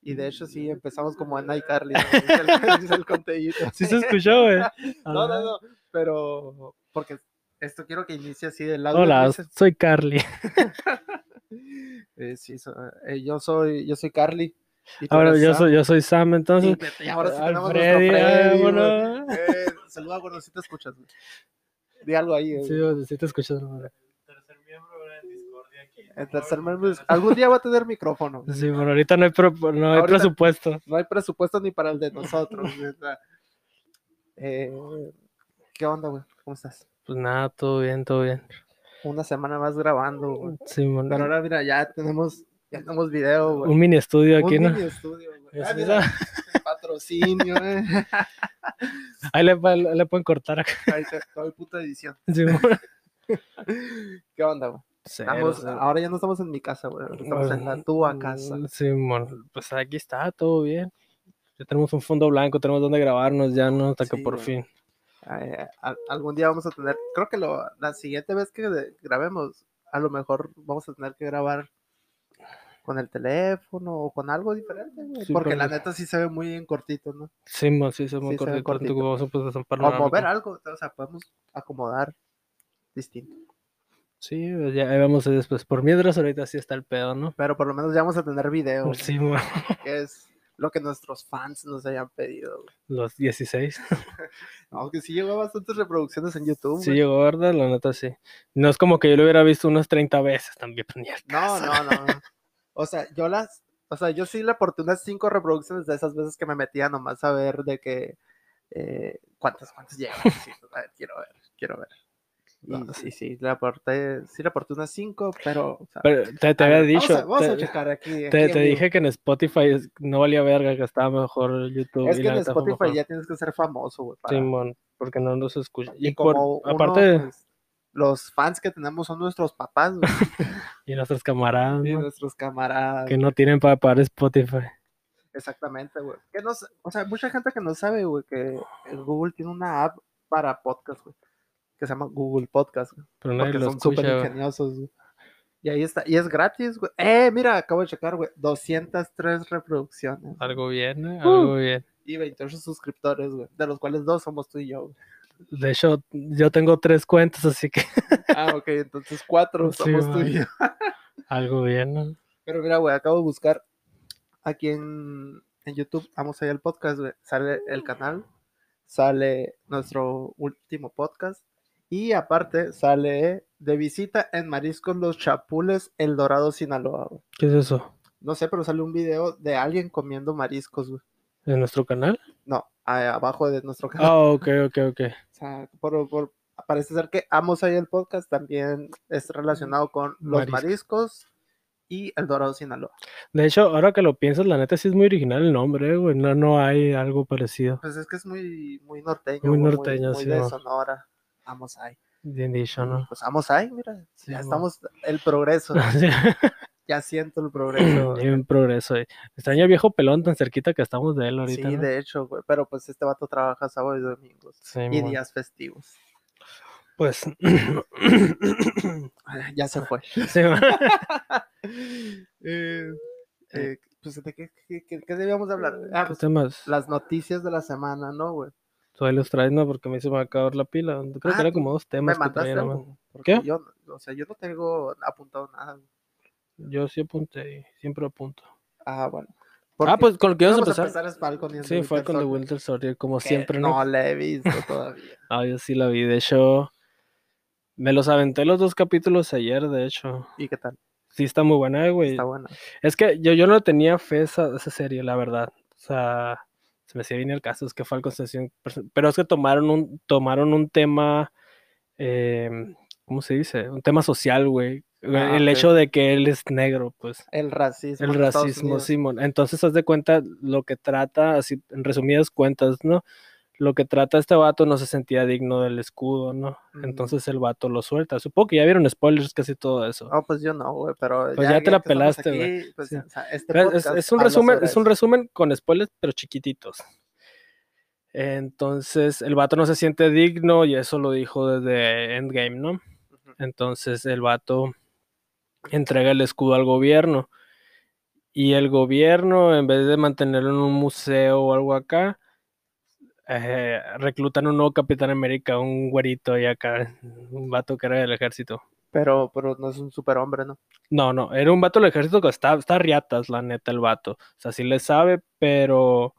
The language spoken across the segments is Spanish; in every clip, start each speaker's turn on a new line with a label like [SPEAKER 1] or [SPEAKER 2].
[SPEAKER 1] Y de hecho sí empezamos como Ana y Carly. ¿no? Hice el, hice el conteíto.
[SPEAKER 2] Sí se escuchó, güey.
[SPEAKER 1] No, no, no. Pero porque esto quiero que inicie así del lado.
[SPEAKER 2] Hola, soy Carly.
[SPEAKER 1] sí, so- eh, yo soy, yo soy Carly. y tú
[SPEAKER 2] Ahora
[SPEAKER 1] eres
[SPEAKER 2] yo
[SPEAKER 1] Sam.
[SPEAKER 2] soy, yo soy Sam, entonces.
[SPEAKER 1] Y, y ahora sí tenemos
[SPEAKER 2] Freddy,
[SPEAKER 1] nuestro Freddy, güey.
[SPEAKER 2] vámonos.
[SPEAKER 1] Eh, saluda, gordo, si te escuchas. güey. Di algo ahí. eh, güey.
[SPEAKER 2] Sí, güey, sí te escuchas, hermano.
[SPEAKER 3] tercer miembro era en Discordia aquí.
[SPEAKER 1] El tercer miembro es- Algún día va a tener micrófono.
[SPEAKER 2] Sí, pero ahorita no hay, pro- no hay
[SPEAKER 1] Ahorita-
[SPEAKER 2] presupuesto.
[SPEAKER 1] No hay presupuesto ni para el de nosotros. neta. Eh, ¿Qué onda, güey? ¿Cómo estás?
[SPEAKER 2] Pues nada, todo bien, todo bien.
[SPEAKER 1] Una semana más grabando, güey.
[SPEAKER 2] Sí, mon-
[SPEAKER 1] Pero ahora mira, ya tenemos, ya tenemos video, güey.
[SPEAKER 2] un mini estudio
[SPEAKER 1] Un
[SPEAKER 2] aquí, ¿no?
[SPEAKER 1] mini estudio, güey. Ah,
[SPEAKER 2] Es-
[SPEAKER 1] mira, patrocinio, eh.
[SPEAKER 2] Ahí le, ahí le pueden cortar acá.
[SPEAKER 1] Ahí te- doy puta edición.
[SPEAKER 2] Sí, mon.
[SPEAKER 1] ¿Qué onda, güey? Estamos- ahora ya no estamos en mi casa, güey. Estamos en la tua casa.
[SPEAKER 2] Mm, Sí, mon, pues aquí está, todo bien. Ya tenemos un fondo blanco, tenemos donde grabarnos ya, ¿no? Hasta que
[SPEAKER 1] Sí,
[SPEAKER 2] por
[SPEAKER 1] güey.
[SPEAKER 2] fin.
[SPEAKER 1] Ay, a- Eh, algún día vamos a tener, creo que lo, la siguiente vez que de- grabemos, a lo mejor vamos a tener que grabar con el teléfono o con algo diferente, güey,
[SPEAKER 2] Sí,
[SPEAKER 1] porque la
[SPEAKER 2] porque-
[SPEAKER 1] neta sí se ve muy en cortito, ¿no?
[SPEAKER 2] Sí, mon, sí, se me
[SPEAKER 1] Sí, se ve
[SPEAKER 2] cortito.
[SPEAKER 1] cortito.
[SPEAKER 2] Vamos a pues, hacer un
[SPEAKER 1] O
[SPEAKER 2] panorama
[SPEAKER 1] mover
[SPEAKER 2] con-
[SPEAKER 1] algo, o sea, podemos acomodar distinto.
[SPEAKER 2] Sí, pues, ya ahí vamos a ir después. Por mientras, ahorita sí está el pedo, ¿no?
[SPEAKER 1] Pero por lo menos ya vamos a tener video,
[SPEAKER 2] Sí, mon,
[SPEAKER 1] que es lo que nuestros fans nos hayan pedido. güey.
[SPEAKER 2] los 16.
[SPEAKER 1] Aunque sí llegó a bastantes reproducciones en YouTube.
[SPEAKER 2] Sí,
[SPEAKER 1] güey.
[SPEAKER 2] llegó, ¿verdad? La neta sí. No es como que yo lo hubiera visto unas 30 veces también. pues, ni al
[SPEAKER 1] No,
[SPEAKER 2] caso.
[SPEAKER 1] no, no. no. O sea, yo las, o sea, yo sí le aporté unas cinco reproducciones de esas veces que me metía nomás a ver de que eh, cuántas, cuántas llegan. Sí, pues, a ver, quiero ver, quiero ver. Y,
[SPEAKER 2] No,
[SPEAKER 1] sí, sí, le aporté, sí le aporté unas cinco, pero. o sea,
[SPEAKER 2] Pero te, te
[SPEAKER 1] a
[SPEAKER 2] había
[SPEAKER 1] ver,
[SPEAKER 2] dicho.
[SPEAKER 1] Vamos a, vamos a
[SPEAKER 2] te-
[SPEAKER 1] checar aquí. aquí
[SPEAKER 2] Te,
[SPEAKER 1] en
[SPEAKER 2] te
[SPEAKER 1] vivo.
[SPEAKER 2] dije que en Spotify es- no valía verga, que estaba mejor el YouTube.
[SPEAKER 1] Es
[SPEAKER 2] y
[SPEAKER 1] que
[SPEAKER 2] la
[SPEAKER 1] en
[SPEAKER 2] neta fue
[SPEAKER 1] Spotify
[SPEAKER 2] mejor.
[SPEAKER 1] ya tienes que ser famoso, güey. para-
[SPEAKER 2] Simón, porque no nos escucha. Y,
[SPEAKER 1] y
[SPEAKER 2] por-
[SPEAKER 1] como uno,
[SPEAKER 2] aparte,
[SPEAKER 1] pues, los fans que tenemos son nuestros papás güey,
[SPEAKER 2] y nuestros camaradas,
[SPEAKER 1] y
[SPEAKER 2] ¿no?
[SPEAKER 1] nuestros camaradas.
[SPEAKER 2] que no tienen para pagar Spotify.
[SPEAKER 1] Exactamente, güey. Que no, sa- o sea, mucha gente que no sabe, güey, que el Google tiene una app para podcast, güey. Que se llama Google Podcast, güey.
[SPEAKER 2] Pero nadie
[SPEAKER 1] Porque
[SPEAKER 2] lo
[SPEAKER 1] son súper
[SPEAKER 2] escucha. güey.
[SPEAKER 1] ingeniosos, güey. Y ahí está. Y es gratis, güey. Eh, mira, acabo de checar, güey. 203 reproducciones
[SPEAKER 2] Algo bien, ¿eh?
[SPEAKER 1] Uh.
[SPEAKER 2] algo bien.
[SPEAKER 1] y 28 suscriptores, güey. De los cuales dos somos tú y yo. güey.
[SPEAKER 2] De hecho, yo tengo tres cuentas, así que
[SPEAKER 1] Ah, ok. Entonces cuatro
[SPEAKER 2] Sí,
[SPEAKER 1] somos tú
[SPEAKER 2] man.
[SPEAKER 1] y yo.
[SPEAKER 2] algo bien. ¿no?
[SPEAKER 1] Pero mira, güey, acabo de buscar aquí en, en YouTube, vamos allá al podcast, güey. Sale el canal, sale nuestro último podcast y aparte sale de visita en Mariscos Los Chapules, El Dorado, Sinaloa, güey.
[SPEAKER 2] ¿Qué es eso?
[SPEAKER 1] No sé, pero sale un video de alguien comiendo mariscos, güey.
[SPEAKER 2] ¿En nuestro canal?
[SPEAKER 1] No, a- abajo de nuestro canal.
[SPEAKER 2] Ah, ok, ok, ok.
[SPEAKER 1] O sea, por, por- parece ser que Amos allá el podcast también es relacionado con los
[SPEAKER 2] Mariscos.
[SPEAKER 1] mariscos y El Dorado, Sinaloa.
[SPEAKER 2] De hecho, ahora que lo piensas, la neta sí es muy original el nombre, eh, güey. No, no hay algo parecido.
[SPEAKER 1] Pues es que es muy, muy norteño.
[SPEAKER 2] Muy
[SPEAKER 1] güey,
[SPEAKER 2] norteño,
[SPEAKER 1] muy
[SPEAKER 2] sí,
[SPEAKER 1] de
[SPEAKER 2] mo.
[SPEAKER 1] Sonora. Vamos ahí.
[SPEAKER 2] Bien dicho, ¿no?
[SPEAKER 1] Pues vamos ahí, mira.
[SPEAKER 2] Sí,
[SPEAKER 1] ya
[SPEAKER 2] mo.
[SPEAKER 1] estamos. El progreso. ya siento el progreso.
[SPEAKER 2] Hay un progreso. eh. Extraño al viejo pelón tan cerquita que estamos de él ahorita.
[SPEAKER 1] sí,
[SPEAKER 2] ¿no?
[SPEAKER 1] de hecho, güey. Pero pues este vato trabaja sábados y domingos.
[SPEAKER 2] Sí,
[SPEAKER 1] y
[SPEAKER 2] mo.
[SPEAKER 1] días festivos.
[SPEAKER 2] Pues.
[SPEAKER 1] Ay, Ah, Ya se fue.
[SPEAKER 2] Ah, sí, mo.
[SPEAKER 1] Eh, eh, pues de qué, qué, qué- qué debíamos de hablar. Ah,
[SPEAKER 2] ¿Qué
[SPEAKER 1] pues,
[SPEAKER 2] temas?
[SPEAKER 1] las noticias de la semana, ¿no, güey?
[SPEAKER 2] Todavía los traes, ¿no? Porque a mí se me va a acabar la pila. Creo
[SPEAKER 1] Ah,
[SPEAKER 2] que era
[SPEAKER 1] tú
[SPEAKER 2] como dos
[SPEAKER 1] Me
[SPEAKER 2] temas que
[SPEAKER 1] mandaste
[SPEAKER 2] traía nada más.
[SPEAKER 1] algo. Porque
[SPEAKER 2] ¿Qué?
[SPEAKER 1] Yo, o sea, yo no tengo apuntado nada. güey.
[SPEAKER 2] Yo sí apunté, siempre apunto.
[SPEAKER 1] Ah, bueno.
[SPEAKER 2] Ah,
[SPEAKER 1] Porque-
[SPEAKER 2] pues con lo que vamos a
[SPEAKER 1] Vamos
[SPEAKER 2] empezar.
[SPEAKER 1] es Falcon y es
[SPEAKER 2] Sí,
[SPEAKER 1] Winter
[SPEAKER 2] fue con The
[SPEAKER 1] Soldier,
[SPEAKER 2] Winter Soldier, como
[SPEAKER 1] que
[SPEAKER 2] siempre, ¿no?
[SPEAKER 1] No la he visto todavía.
[SPEAKER 2] Ah, yo sí la vi. De hecho, me los aventé los dos capítulos ayer, de hecho.
[SPEAKER 1] ¿Y qué tal?
[SPEAKER 2] Sí, está muy buena, güey.
[SPEAKER 1] Está buena.
[SPEAKER 2] Es que yo, yo no tenía fe a esa, esa serie, la verdad. O sea, se me hacía bien el caso, es que Falcon se hacía un perso- Pero es que tomaron un, tomaron un tema, em, ¿cómo se dice? Un tema social, güey.
[SPEAKER 1] Ah,
[SPEAKER 2] el
[SPEAKER 1] ok.
[SPEAKER 2] hecho de que él es negro, pues.
[SPEAKER 1] El racismo.
[SPEAKER 2] El
[SPEAKER 1] en Estados
[SPEAKER 2] racismo,
[SPEAKER 1] Unidos.
[SPEAKER 2] Simón. Entonces, haz de cuenta lo que trata, así en resumidas cuentas, ¿no? Lo que trata este vato no se sentía digno del escudo, ¿no?
[SPEAKER 1] Ujú.
[SPEAKER 2] Entonces el vato lo suelta. Supongo que ya vieron spoilers casi todo eso.
[SPEAKER 1] No, pues yo no, güey, pero.
[SPEAKER 2] Pues ya te la
[SPEAKER 1] que estamos
[SPEAKER 2] pelaste, güey.
[SPEAKER 1] aquí, pues,
[SPEAKER 2] Sí.
[SPEAKER 1] o sea, este
[SPEAKER 2] Es- Es,
[SPEAKER 1] podcast
[SPEAKER 2] es un
[SPEAKER 1] habla
[SPEAKER 2] resumen,
[SPEAKER 1] sobre
[SPEAKER 2] es un
[SPEAKER 1] eso.
[SPEAKER 2] resumen con spoilers, pero chiquititos. Entonces, el vato no se siente digno y eso lo dijo desde Endgame, ¿no?
[SPEAKER 1] Ujú.
[SPEAKER 2] Entonces, el vato entrega el escudo al gobierno Y el gobierno, en vez de mantenerlo en un museo o algo acá, eh, reclutan un nuevo Capitán América, un güerito y acá, un vato que era del ejército.
[SPEAKER 1] Pero, pero no es un superhombre, ¿no?
[SPEAKER 2] No, no, era un vato del ejército que está, está riatas, la neta, el vato. O sea, sí le sabe, pero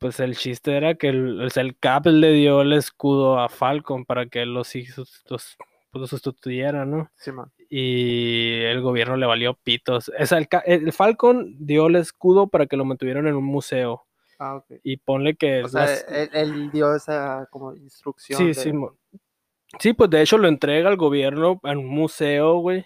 [SPEAKER 2] pues el chiste era que el, o sea, el Cap le dio el escudo a Falcon para que los hijos los, pues, lo sustituyera, ¿no?
[SPEAKER 1] Sí, man.
[SPEAKER 2] Y el gobierno le valió pitos. O sea, el, Ca- el Falcon dio el escudo para que lo mantuvieran en un museo.
[SPEAKER 1] Ah, ok.
[SPEAKER 2] Y ponle que...
[SPEAKER 1] O
[SPEAKER 2] es
[SPEAKER 1] sea, e-,
[SPEAKER 2] las-
[SPEAKER 1] él, él dio esa como instrucción.
[SPEAKER 2] Sí,
[SPEAKER 1] de-
[SPEAKER 2] sí. mo- Sí, pues de hecho lo entrega al gobierno en un museo, güey.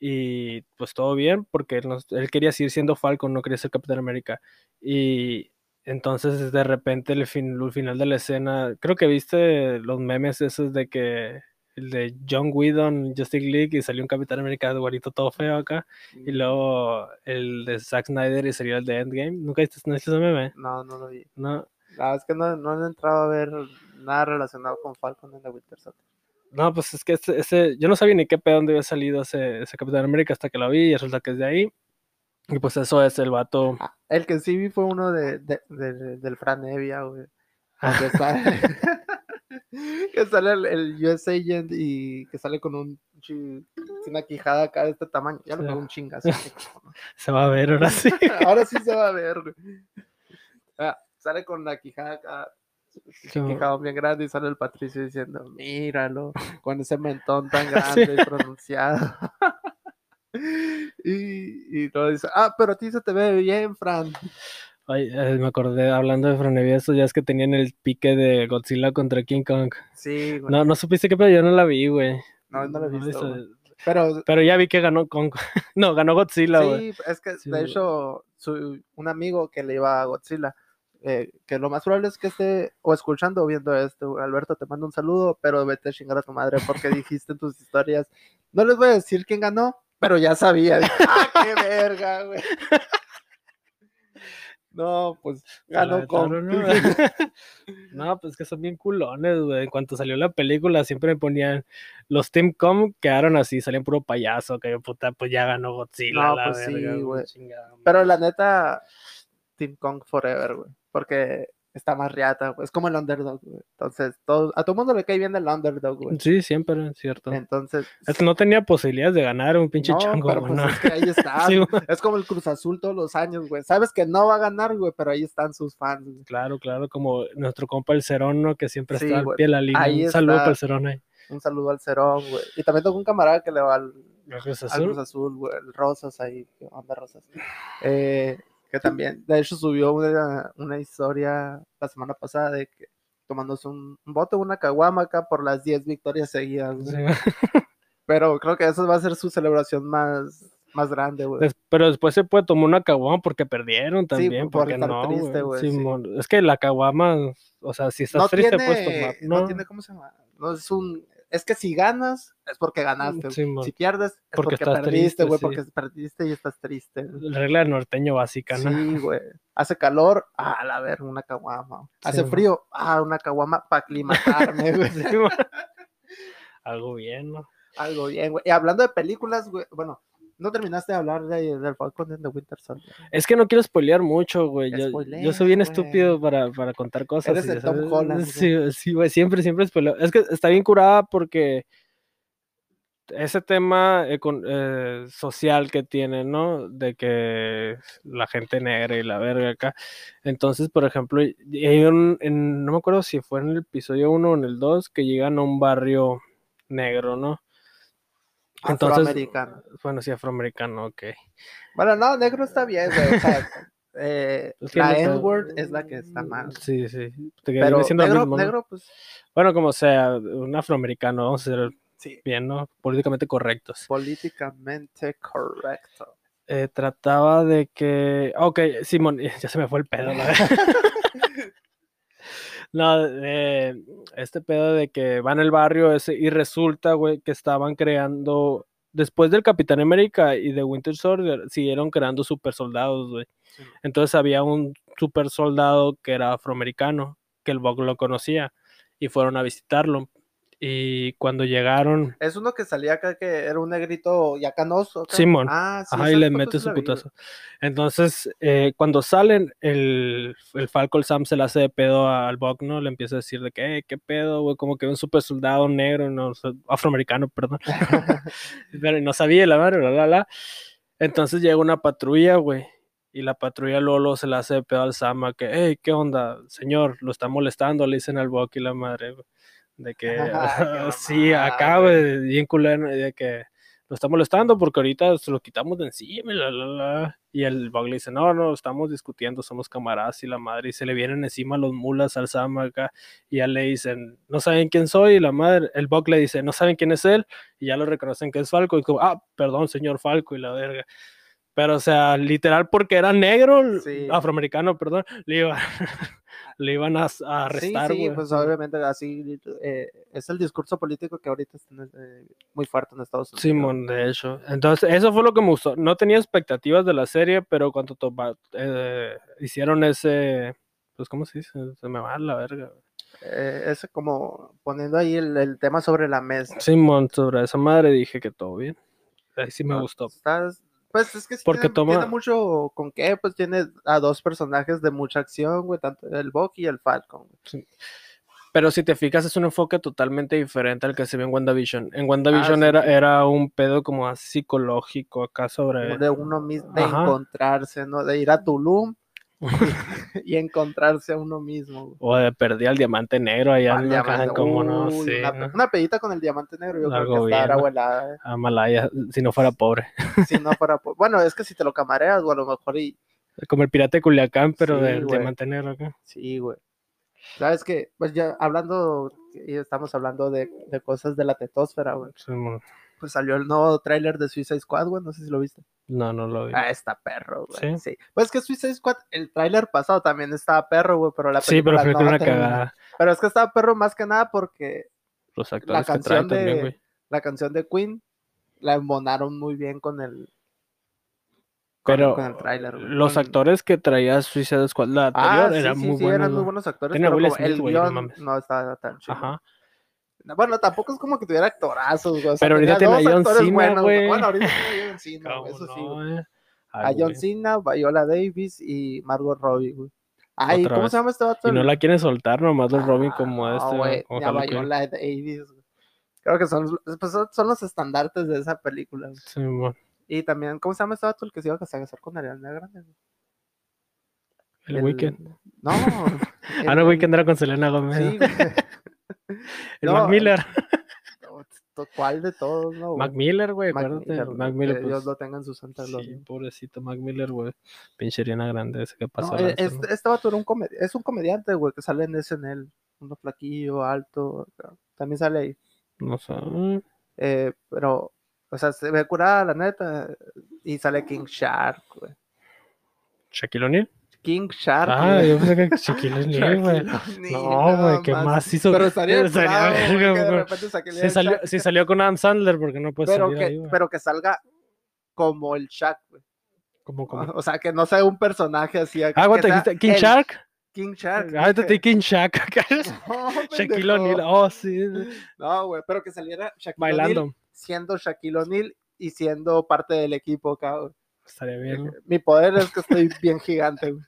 [SPEAKER 2] Y pues todo bien, porque él, nos- él quería seguir siendo Falcon, no quería ser Capitán América. Y entonces de repente el, fin- el final de la escena, creo que viste los memes esos de que el de John Whedon, Justice League, y salió un Capitán América de guarito todo feo acá. Y luego el de Zack Snyder y salió el de Endgame. ¿Nunca viste, no viste ese meme?
[SPEAKER 1] No, no lo vi.
[SPEAKER 2] No.
[SPEAKER 1] La verdad es que no, no he entrado a ver nada relacionado con Falcon en The Winter Soldier.
[SPEAKER 2] No, pues es que ese, ese- yo no sabía ni qué pedo dónde había salido ese, ese Capitán América hasta que la vi y resulta que es de ahí. Y pues eso es el vato.
[SPEAKER 1] Ah, el que sí vi fue uno de, de- de- del Fran Evia, güey.
[SPEAKER 2] Ah.
[SPEAKER 1] Que sale, que sale el, el US Agent y que sale con un chi- una quijada acá de este tamaño. Ya lo
[SPEAKER 2] Sí.
[SPEAKER 1] pegó un chingazo. así como, ¿no?
[SPEAKER 2] Se va a ver ahora sí.
[SPEAKER 1] Ahora sí se va a ver, güey. Ah, sale con la quijada acá.
[SPEAKER 2] como-
[SPEAKER 1] Quijado bien grande y sale el Patricio diciendo, míralo, con ese mentón tan
[SPEAKER 2] Sí.
[SPEAKER 1] grande y pronunciado. y, y luego dice, ah, pero a ti se te ve bien, Fran.
[SPEAKER 2] Ay, eh, me acordé, hablando de Franevia, esos días que tenían el pique de Godzilla contra King Kong.
[SPEAKER 1] Sí, güey.
[SPEAKER 2] No, no supiste qué pedo, yo no la vi, güey.
[SPEAKER 1] No, no la he visto,
[SPEAKER 2] hice-
[SPEAKER 1] Pero
[SPEAKER 2] Pero ya vi que ganó Kong. No, ganó Godzilla, güey.
[SPEAKER 1] sí, es que de
[SPEAKER 2] Sí, güey.
[SPEAKER 1] hecho, su- un amigo que le iba a Godzilla, eh, que lo más probable es que esté o escuchando o viendo esto. güey. Alberto, te mando un saludo, pero vete a chingar a tu madre porque dijiste en tus historias, no les voy a decir quién ganó, pero ya sabía. Dije, ah, qué verga, güey. No, pues
[SPEAKER 2] Se la
[SPEAKER 1] ganó
[SPEAKER 2] aventaron,
[SPEAKER 1] con.
[SPEAKER 2] ¿no? No, pues que son bien culones, güey. En cuanto salió la película, siempre me ponían. Los Team Com quedaron así, salían puro payaso. Que yo, puta, pues ya ganó Godzilla.
[SPEAKER 1] No,
[SPEAKER 2] la
[SPEAKER 1] pues sí,
[SPEAKER 2] verga, güey,
[SPEAKER 1] güey.
[SPEAKER 2] chingada madre.
[SPEAKER 1] Pero la neta, Team Kong Forever, güey. Porque está más riata, güey. Es como el underdog, güey. Entonces, todo, a todo mundo le cae bien el underdog, güey.
[SPEAKER 2] Sí, siempre, es cierto.
[SPEAKER 1] Entonces,
[SPEAKER 2] Es- No tenía posibilidades de ganar un pinche
[SPEAKER 1] no,
[SPEAKER 2] chango,
[SPEAKER 1] pero
[SPEAKER 2] güey,
[SPEAKER 1] pues
[SPEAKER 2] no.
[SPEAKER 1] es que ahí está.
[SPEAKER 2] Sí,
[SPEAKER 1] güey.
[SPEAKER 2] güey.
[SPEAKER 1] es como el Cruz Azul todos los años, güey. Sabes que no va a ganar, güey, pero ahí están sus fans. güey.
[SPEAKER 2] Claro, claro, como nuestro compa el Cerón, ¿no? que siempre
[SPEAKER 1] Sí,
[SPEAKER 2] está al
[SPEAKER 1] güey.
[SPEAKER 2] pie de la línea.
[SPEAKER 1] Ahí
[SPEAKER 2] un saludo
[SPEAKER 1] está.
[SPEAKER 2] para el Cerón ahí.
[SPEAKER 1] Un saludo al Cerón, güey. Y también tengo un camarada que le va al,
[SPEAKER 2] Cruz
[SPEAKER 1] al Cruz
[SPEAKER 2] Azul.
[SPEAKER 1] Azul, güey. El Rosas ahí. ¿Qué onda, Rosas? Eh, que también, de hecho, subió una, una historia la semana pasada de que tomándose un, un bote, una caguama acá por las 10 victorias seguidas, güey.
[SPEAKER 2] Sí, güey.
[SPEAKER 1] Pero creo que esa va a ser su celebración más, más grande, güey.
[SPEAKER 2] Des- pero después se puede tomar una caguama porque perdieron
[SPEAKER 1] por-
[SPEAKER 2] también.
[SPEAKER 1] por
[SPEAKER 2] porque
[SPEAKER 1] estar
[SPEAKER 2] no,
[SPEAKER 1] triste,
[SPEAKER 2] güey.
[SPEAKER 1] güey, sí.
[SPEAKER 2] Simón, Es que la caguama, o sea, si estás
[SPEAKER 1] no
[SPEAKER 2] triste, pues,
[SPEAKER 1] tiene,
[SPEAKER 2] puedes tomar.
[SPEAKER 1] no tiene, ¿cómo se llama? No es un, es que si ganas es porque ganaste. güey.
[SPEAKER 2] Simón,
[SPEAKER 1] Si pierdes es
[SPEAKER 2] Porque
[SPEAKER 1] porque,
[SPEAKER 2] estás triste,
[SPEAKER 1] perdiste, güey,
[SPEAKER 2] sí.
[SPEAKER 1] porque perdiste y estás triste. güey.
[SPEAKER 2] La regla del norteño básica, ¿no?
[SPEAKER 1] Sí, güey. Hace calor, ah, la ver, una caguama. Hace
[SPEAKER 2] Sí.
[SPEAKER 1] frío, ah, una caguama para aclimatarme, güey.
[SPEAKER 2] Simón. Algo bien, ¿no?
[SPEAKER 1] Algo bien, güey. Y hablando de películas, güey, bueno, no terminaste de hablar de, del Falcon and the Winter Soldier.
[SPEAKER 2] Es que no quiero spoilear mucho, güey. Yo, yo soy
[SPEAKER 1] Spoilea,
[SPEAKER 2] bien estúpido para, para contar cosas.
[SPEAKER 1] Eres
[SPEAKER 2] y ya
[SPEAKER 1] el Tom
[SPEAKER 2] sabes.
[SPEAKER 1] Holland,
[SPEAKER 2] Sí, sí, güey, siempre, siempre spoileo. Es que está bien curada porque ese tema econ- eh, social que tiene, ¿no? De que la gente negra y la verga acá. Entonces, por ejemplo, y- y hay un- en- no me acuerdo si fue en el episodio 1 o en el 2, que llegan a un barrio negro, ¿no? Entonces-
[SPEAKER 1] Afroamericano.
[SPEAKER 2] Bueno, sí, afroamericano, ok.
[SPEAKER 1] Bueno, no, negro está bien, güey. O sea, eh,
[SPEAKER 2] Es que no
[SPEAKER 1] la
[SPEAKER 2] está-
[SPEAKER 1] N-word es la que está mal.
[SPEAKER 2] Sí, sí. Te- viene
[SPEAKER 1] Pero
[SPEAKER 2] siendo lo
[SPEAKER 1] negro,
[SPEAKER 2] mismo, ¿no?
[SPEAKER 1] negro, pues
[SPEAKER 2] Bueno, como sea, un afroamericano, vamos a ser
[SPEAKER 1] sí,
[SPEAKER 2] bien, ¿no? Políticamente correctos.
[SPEAKER 1] políticamente correcto.
[SPEAKER 2] Eh, trataba de que. ah, Ok, Simón, ya se me fue el pedo, la verdad. No, eh, este pedo de que van al barrio ese y resulta, güey, que estaban creando. Después del Capitán América y de Winter Soldier, siguieron creando super soldados, güey.
[SPEAKER 1] Sí.
[SPEAKER 2] Entonces había un super soldado que era afroamericano, que el Bog lo conocía, y fueron a visitarlo. Y cuando llegaron,
[SPEAKER 1] Es uno que salía acá que era un negrito ya canoso. acá.
[SPEAKER 2] Simón.
[SPEAKER 1] Ah, sí,
[SPEAKER 2] Ajá, y
[SPEAKER 1] esa
[SPEAKER 2] le
[SPEAKER 1] foto
[SPEAKER 2] mete
[SPEAKER 1] sí
[SPEAKER 2] su
[SPEAKER 1] la vi, güey.
[SPEAKER 2] putazo. Entonces, eh, cuando salen, el, el Falcon Sam se le hace de pedo al Buck, ¿no? Le empieza a decir de que, "Eh, qué pedo, güey, como que un super soldado negro, no, o sea, afroamericano, perdón. Pero no sabía la madre, la, la, la. Entonces llega una patrulla, güey. Y la patrulla Lolo se le hace de pedo al Sam, a que, hey, ¿qué onda? Señor, lo está molestando, le dicen al Buck y la madre, güey. De que,
[SPEAKER 1] Qué
[SPEAKER 2] sí,
[SPEAKER 1] mamada,
[SPEAKER 2] acá,
[SPEAKER 1] güey.
[SPEAKER 2] güey, bien culero, de que lo está molestando porque ahorita se lo quitamos de encima. y la, la, la. Y el Bug le dice, no, no, estamos discutiendo, somos camaradas y la madre. Y se le vienen encima los mulas al Sam acá. Y ya le dicen, no saben quién soy. Y la madre, el Bug le dice, no saben quién es él. Y ya lo reconocen que es Falco. Y como, ah, perdón, señor Falco y la verga. Pero, o sea, literal porque era negro,
[SPEAKER 1] Sí.
[SPEAKER 2] afroamericano, perdón, le, iba- le iban a, a arrestar,
[SPEAKER 1] Sí, sí,
[SPEAKER 2] güey.
[SPEAKER 1] pues obviamente así eh, es el discurso político que ahorita está en el- eh, muy fuerte en Estados Unidos.
[SPEAKER 2] Simón, de hecho. Entonces, eso fue lo que me gustó. No tenía expectativas de la serie, pero cuando toma- eh, hicieron ese. Pues, ¿cómo se dice? Se me va la verga.
[SPEAKER 1] Eh, es como poniendo ahí el, el tema sobre la mesa.
[SPEAKER 2] Simón, sobre esa madre dije que todo bien. Ahí sí me
[SPEAKER 1] ¿no?
[SPEAKER 2] gustó.
[SPEAKER 1] Estás- pues es que sí
[SPEAKER 2] Porque
[SPEAKER 1] tiene, tiene
[SPEAKER 2] toma-
[SPEAKER 1] mucho con qué, pues tiene a dos personajes de mucha acción, güey, tanto el Bucky y el Falcon. güey.
[SPEAKER 2] Pero si te fijas, es un enfoque totalmente diferente al que se ve en WandaVision. En WandaVision
[SPEAKER 1] Ah, sí.
[SPEAKER 2] era, era un pedo como más psicológico acá sobre.
[SPEAKER 1] De uno mismo, de
[SPEAKER 2] Eh, Ajá.
[SPEAKER 1] encontrarse, ¿no? De ir a Tulum y, y encontrarse a uno mismo. güey.
[SPEAKER 2] O de perdí al diamante negro allá
[SPEAKER 1] Al
[SPEAKER 2] en la caja,
[SPEAKER 1] diamante,
[SPEAKER 2] como no
[SPEAKER 1] uy,
[SPEAKER 2] sé.
[SPEAKER 1] una,
[SPEAKER 2] ¿no?
[SPEAKER 1] una pedita con el diamante negro, yo
[SPEAKER 2] Algo
[SPEAKER 1] creo que está
[SPEAKER 2] bien, ¿no?
[SPEAKER 1] abuelada.
[SPEAKER 2] A Malaya, si no fuera pobre.
[SPEAKER 1] si no fuera por- Bueno, es que si te lo camareas, o a lo mejor y.
[SPEAKER 2] Como el pirata de Culiacán, pero
[SPEAKER 1] Sí,
[SPEAKER 2] del
[SPEAKER 1] güey.
[SPEAKER 2] diamante negro acá.
[SPEAKER 1] Sí, güey. Sabes que, pues ya hablando, y estamos hablando de, de cosas de la tetósfera, güey.
[SPEAKER 2] Simón.
[SPEAKER 1] Pues salió el nuevo tráiler de Suicide Squad, güey. No sé si lo viste.
[SPEAKER 2] No, no lo vi.
[SPEAKER 1] Ah, está perro, güey.
[SPEAKER 2] ¿Sí?
[SPEAKER 1] ¿Sí? Pues es que Suicide Squad, el tráiler pasado también estaba perro, güey, pero la
[SPEAKER 2] sí, pero
[SPEAKER 1] película
[SPEAKER 2] fue
[SPEAKER 1] no
[SPEAKER 2] una
[SPEAKER 1] terminó.
[SPEAKER 2] cagada.
[SPEAKER 1] Pero es que estaba perro más que nada porque
[SPEAKER 2] Los actores que traen
[SPEAKER 1] canción
[SPEAKER 2] también,
[SPEAKER 1] de-
[SPEAKER 2] güey.
[SPEAKER 1] la canción de Queen la embonaron muy bien con el. con-
[SPEAKER 2] Pero
[SPEAKER 1] con el tráiler, güey,
[SPEAKER 2] los
[SPEAKER 1] con-
[SPEAKER 2] actores que traía Suicide Squad, la
[SPEAKER 1] Ah,
[SPEAKER 2] anterior,
[SPEAKER 1] sí,
[SPEAKER 2] eran
[SPEAKER 1] sí,
[SPEAKER 2] muy
[SPEAKER 1] sí,
[SPEAKER 2] buenos.
[SPEAKER 1] eran muy
[SPEAKER 2] ¿no?
[SPEAKER 1] buenos actores,
[SPEAKER 2] Tenía
[SPEAKER 1] pero
[SPEAKER 2] Will
[SPEAKER 1] como
[SPEAKER 2] Smith,
[SPEAKER 1] el
[SPEAKER 2] güey, no
[SPEAKER 1] guión no,
[SPEAKER 2] mames.
[SPEAKER 1] estaba tan chido.
[SPEAKER 2] Ajá.
[SPEAKER 1] No, Bueno, tampoco es como que tuviera actorazos, güey. o sea,
[SPEAKER 2] Pero ahorita
[SPEAKER 1] tenía
[SPEAKER 2] tiene
[SPEAKER 1] dos
[SPEAKER 2] a John
[SPEAKER 1] actores
[SPEAKER 2] Cena,
[SPEAKER 1] buenos, güey.
[SPEAKER 2] güey.
[SPEAKER 1] Bueno, ahorita tiene a John Cena, güey,
[SPEAKER 2] ¿Cómo
[SPEAKER 1] eso sí.
[SPEAKER 2] no,
[SPEAKER 1] güey.
[SPEAKER 2] eh?
[SPEAKER 1] A
[SPEAKER 2] Ay,
[SPEAKER 1] John
[SPEAKER 2] güey.
[SPEAKER 1] Cena, Viola Davis y Margot Robbie, güey. Ay,
[SPEAKER 2] Otra
[SPEAKER 1] ¿cómo
[SPEAKER 2] vez.
[SPEAKER 1] se llama este vato?
[SPEAKER 2] Y no
[SPEAKER 1] El-
[SPEAKER 2] la quieren soltar nomás los Robin
[SPEAKER 1] Ah,
[SPEAKER 2] como
[SPEAKER 1] no,
[SPEAKER 2] este.
[SPEAKER 1] güey,
[SPEAKER 2] como
[SPEAKER 1] ni a
[SPEAKER 2] Harley Quinn.
[SPEAKER 1] Viola Davis, güey. Creo que son, pues, son- son los estandartes de esa película. güey.
[SPEAKER 2] Simón.
[SPEAKER 1] Y también, ¿cómo se llama este vato? El que se iba a casar casar con Ariana Grande. güey?
[SPEAKER 2] El, Weekend.
[SPEAKER 1] No.
[SPEAKER 2] Ah, no,
[SPEAKER 1] el-
[SPEAKER 2] Weekend era con Selena Gómez.
[SPEAKER 1] Sí,
[SPEAKER 2] ¿no?
[SPEAKER 1] güey.
[SPEAKER 2] el
[SPEAKER 1] no,
[SPEAKER 2] Mac Miller.
[SPEAKER 1] No, ¿Cuál de todos, no? güey?
[SPEAKER 2] Mac Miller, güey,
[SPEAKER 1] Mac
[SPEAKER 2] acuérdate.
[SPEAKER 1] Miller, eh,
[SPEAKER 2] Mac
[SPEAKER 1] güey,
[SPEAKER 2] Miller,
[SPEAKER 1] que
[SPEAKER 2] pues,
[SPEAKER 1] Dios lo tenga en su santa
[SPEAKER 2] Sí,
[SPEAKER 1] gloria.
[SPEAKER 2] pobrecito Mac Miller, güey. Pinche Ariana Grande, ese que pasó.
[SPEAKER 1] No,
[SPEAKER 2] de
[SPEAKER 1] e-
[SPEAKER 2] lanza, ¿no?
[SPEAKER 1] este, este vato era un come- es un comediante, güey, que sale en SNL. Uno flaquillo, alto. acá. También sale ahí.
[SPEAKER 2] No sé. mm,
[SPEAKER 1] Eh, pero, o sea, se ve curada, la neta. Y sale King Shark, güey.
[SPEAKER 2] Shaquille O'Neal.
[SPEAKER 1] King Shark.
[SPEAKER 2] Ah,
[SPEAKER 1] güey.
[SPEAKER 2] yo pensé que Shaquille O'Neal, güey.
[SPEAKER 1] Shaquille
[SPEAKER 2] No,
[SPEAKER 1] O'Neal,
[SPEAKER 2] güey, ¿qué
[SPEAKER 1] nada
[SPEAKER 2] más hizo?
[SPEAKER 1] Pero estaría
[SPEAKER 2] Estaría
[SPEAKER 1] curado, güey,
[SPEAKER 2] verga,
[SPEAKER 1] que de
[SPEAKER 2] güey.
[SPEAKER 1] repente saque
[SPEAKER 2] Sí
[SPEAKER 1] el
[SPEAKER 2] salió,
[SPEAKER 1] Shaq,
[SPEAKER 2] sí salió con Adam Sandler porque no puede
[SPEAKER 1] pero,
[SPEAKER 2] salir
[SPEAKER 1] que,
[SPEAKER 2] ahí, güey.
[SPEAKER 1] pero que salga como el Shark, güey.
[SPEAKER 2] Como, como.
[SPEAKER 1] O sea, que no sea un personaje así. acá,
[SPEAKER 2] Ah,
[SPEAKER 1] que
[SPEAKER 2] güey, te
[SPEAKER 1] sea
[SPEAKER 2] dijiste King
[SPEAKER 1] el
[SPEAKER 2] Shark.
[SPEAKER 1] King Shark.
[SPEAKER 2] Ah, te
[SPEAKER 1] dije.
[SPEAKER 2] dije King Shark.
[SPEAKER 1] No,
[SPEAKER 2] Shaquille
[SPEAKER 1] pendejo.
[SPEAKER 2] O'Neal. Oh, sí.
[SPEAKER 1] No, güey, pero que saliera Shaquille O'Neal
[SPEAKER 2] Bailando.
[SPEAKER 1] siendo Shaquille O'Neal y siendo parte del equipo, cabrón.
[SPEAKER 2] Estaría bien. ¿no?
[SPEAKER 1] Mi poder es que estoy bien gigante, güey.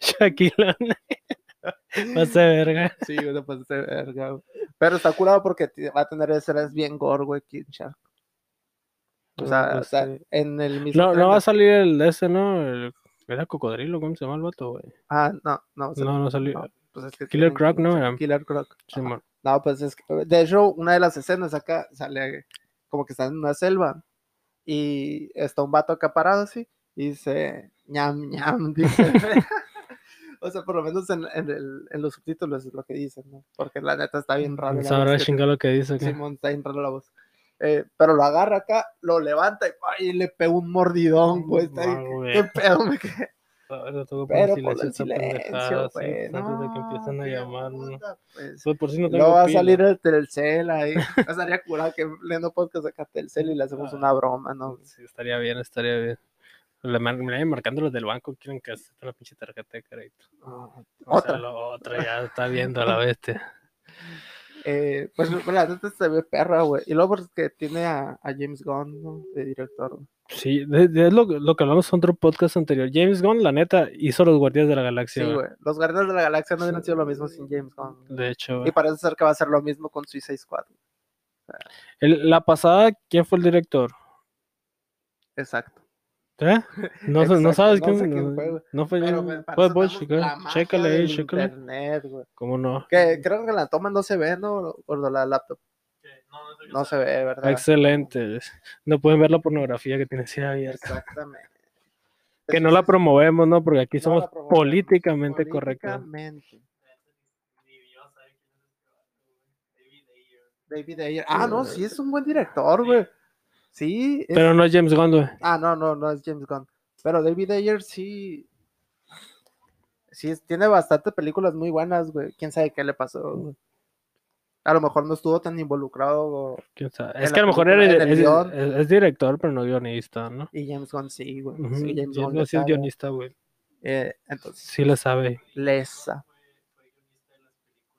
[SPEAKER 2] Shaquille O'Neal. Pase verga.
[SPEAKER 1] Sí, güey, no puede ser, verga, güey. Pero está curado porque te- va a tener escenas bien gore, güey, King Shark. O sea,
[SPEAKER 2] No,
[SPEAKER 1] o sea,
[SPEAKER 2] Ah, sí.
[SPEAKER 1] en el mismo.
[SPEAKER 2] No, no va a
[SPEAKER 1] tren-
[SPEAKER 2] salir el de ese, ¿no? El- Era cocodrilo, ¿cómo se llama el vato, güey?
[SPEAKER 1] Ah, no, no. o sea,
[SPEAKER 2] No, no salió.
[SPEAKER 1] no, pues es que
[SPEAKER 2] Killer
[SPEAKER 1] tienen
[SPEAKER 2] Croc,
[SPEAKER 1] King
[SPEAKER 2] ¿no?
[SPEAKER 1] Shark,
[SPEAKER 2] Era-
[SPEAKER 1] Killer Croc.
[SPEAKER 2] Simón.
[SPEAKER 1] No, pues es que, de hecho, una de las escenas acá sale como que están en una selva y está un vato acá parado así y dice, ñam, ñam, dice. o sea, por lo menos en, en el- en los subtítulos es lo que dicen, ¿no? Porque la neta está bien raro.
[SPEAKER 2] No sabrá chingar lo que dice. acá.
[SPEAKER 1] Simón está bien raro la voz. Eh, pero lo agarra acá, lo levanta y, ¡ay! le pega un mordidón, pues. está
[SPEAKER 2] Ah,
[SPEAKER 1] bien-
[SPEAKER 2] güey. Ah,
[SPEAKER 1] ¿Qué pedo? Me quedé.
[SPEAKER 2] Ahora tengo que
[SPEAKER 1] Pero
[SPEAKER 2] poner
[SPEAKER 1] por el
[SPEAKER 2] esta
[SPEAKER 1] silencio,
[SPEAKER 2] pendejada, sí,
[SPEAKER 1] güey.
[SPEAKER 2] antes de que
[SPEAKER 1] no,
[SPEAKER 2] empiecen a
[SPEAKER 1] qué
[SPEAKER 2] llamar. ¿no?
[SPEAKER 1] onda, pues.
[SPEAKER 2] Pues por si no tengo
[SPEAKER 1] Luego va a
[SPEAKER 2] pila.
[SPEAKER 1] salir el Telcel ahí. Va a salir curado que leyendo podcast acá Telcel y le
[SPEAKER 2] Ah.
[SPEAKER 1] hacemos una broma, ¿no?
[SPEAKER 2] Sí, estaría bien, estaría bien. Le mar- me vienen marcando los del banco, quieren que acepten la pinche tarjeta de crédito. O sea,
[SPEAKER 1] Ah, Otra.
[SPEAKER 2] lo- otra ya está viendo a la bestia.
[SPEAKER 1] Eh, pues la neta se ve perra, güey. Y luego porque tiene a, a James Gunn ¿no? de director. güey.
[SPEAKER 2] Sí, de- de- es lo, lo que hablamos en otro podcast anterior. James Gunn, la neta, hizo los Guardias de la
[SPEAKER 1] Sí,
[SPEAKER 2] Galaxia. güey.
[SPEAKER 1] güey. Los Guardianes de la Galaxia no hubieran
[SPEAKER 2] Sí.
[SPEAKER 1] sido lo mismo sin James Gunn.
[SPEAKER 2] de hecho,
[SPEAKER 1] Y
[SPEAKER 2] güey.
[SPEAKER 1] parece ser que va a ser lo mismo con Suicide Squad.
[SPEAKER 2] El- la pasada, ¿quién fue el director?
[SPEAKER 1] Exacto.
[SPEAKER 2] ¿Eh? No, sé- no
[SPEAKER 1] Exacto,
[SPEAKER 2] sabes
[SPEAKER 1] no
[SPEAKER 2] quién,
[SPEAKER 1] sé quién fue, güey.
[SPEAKER 2] No fue
[SPEAKER 1] Pero
[SPEAKER 2] yo.
[SPEAKER 1] me parece
[SPEAKER 2] Pues,
[SPEAKER 1] que
[SPEAKER 2] voy a
[SPEAKER 1] estamos-
[SPEAKER 2] checar.
[SPEAKER 1] la magia
[SPEAKER 2] Chécale ahí,
[SPEAKER 1] del
[SPEAKER 2] chécale.
[SPEAKER 1] Internet, güey.
[SPEAKER 2] ¿Cómo no?
[SPEAKER 1] Que creo que la toma no se ve, ¿no? Por la laptop.
[SPEAKER 3] Que No, no sé qué
[SPEAKER 1] No se ve, ¿verdad?
[SPEAKER 2] Excelente. No pueden ver la pornografía que tienes ahí abierta.
[SPEAKER 1] Exactamente.
[SPEAKER 2] Que no la promovemos, ¿no? Porque aquí
[SPEAKER 1] No
[SPEAKER 2] somos
[SPEAKER 1] la promovemos.
[SPEAKER 2] políticamente correctos.
[SPEAKER 1] Políticamente.
[SPEAKER 3] Ni Dios sabe quién es este vato, güey. David Ayer.
[SPEAKER 1] David Ayer. Ah, no, sí, es un buen director, güey. Sí. es-
[SPEAKER 2] Pero no es James Gunn, güey.
[SPEAKER 1] Ah, no, no, no es James Gunn. Pero David Ayer sí. Sí, es- tiene bastantes películas muy buenas, güey. Quién sabe qué le pasó, güey. A lo mejor no estuvo tan involucrado. güey.
[SPEAKER 2] ¿Quién sabe?
[SPEAKER 1] En
[SPEAKER 2] Es
[SPEAKER 1] la
[SPEAKER 2] que a lo mejor
[SPEAKER 1] película,
[SPEAKER 2] era-
[SPEAKER 1] en
[SPEAKER 2] es,
[SPEAKER 1] el guión.
[SPEAKER 2] es- es director, pero no guionista, ¿no?
[SPEAKER 1] Y James Gunn sí, güey.
[SPEAKER 2] Ujú.
[SPEAKER 1] Sí, James
[SPEAKER 2] James
[SPEAKER 1] Gunn.
[SPEAKER 2] Gunn
[SPEAKER 1] le
[SPEAKER 2] sí es
[SPEAKER 1] sabe.
[SPEAKER 2] guionista, güey.
[SPEAKER 1] Eh, entonces,
[SPEAKER 2] Sí le sabe.
[SPEAKER 1] Lesa.
[SPEAKER 3] Fue-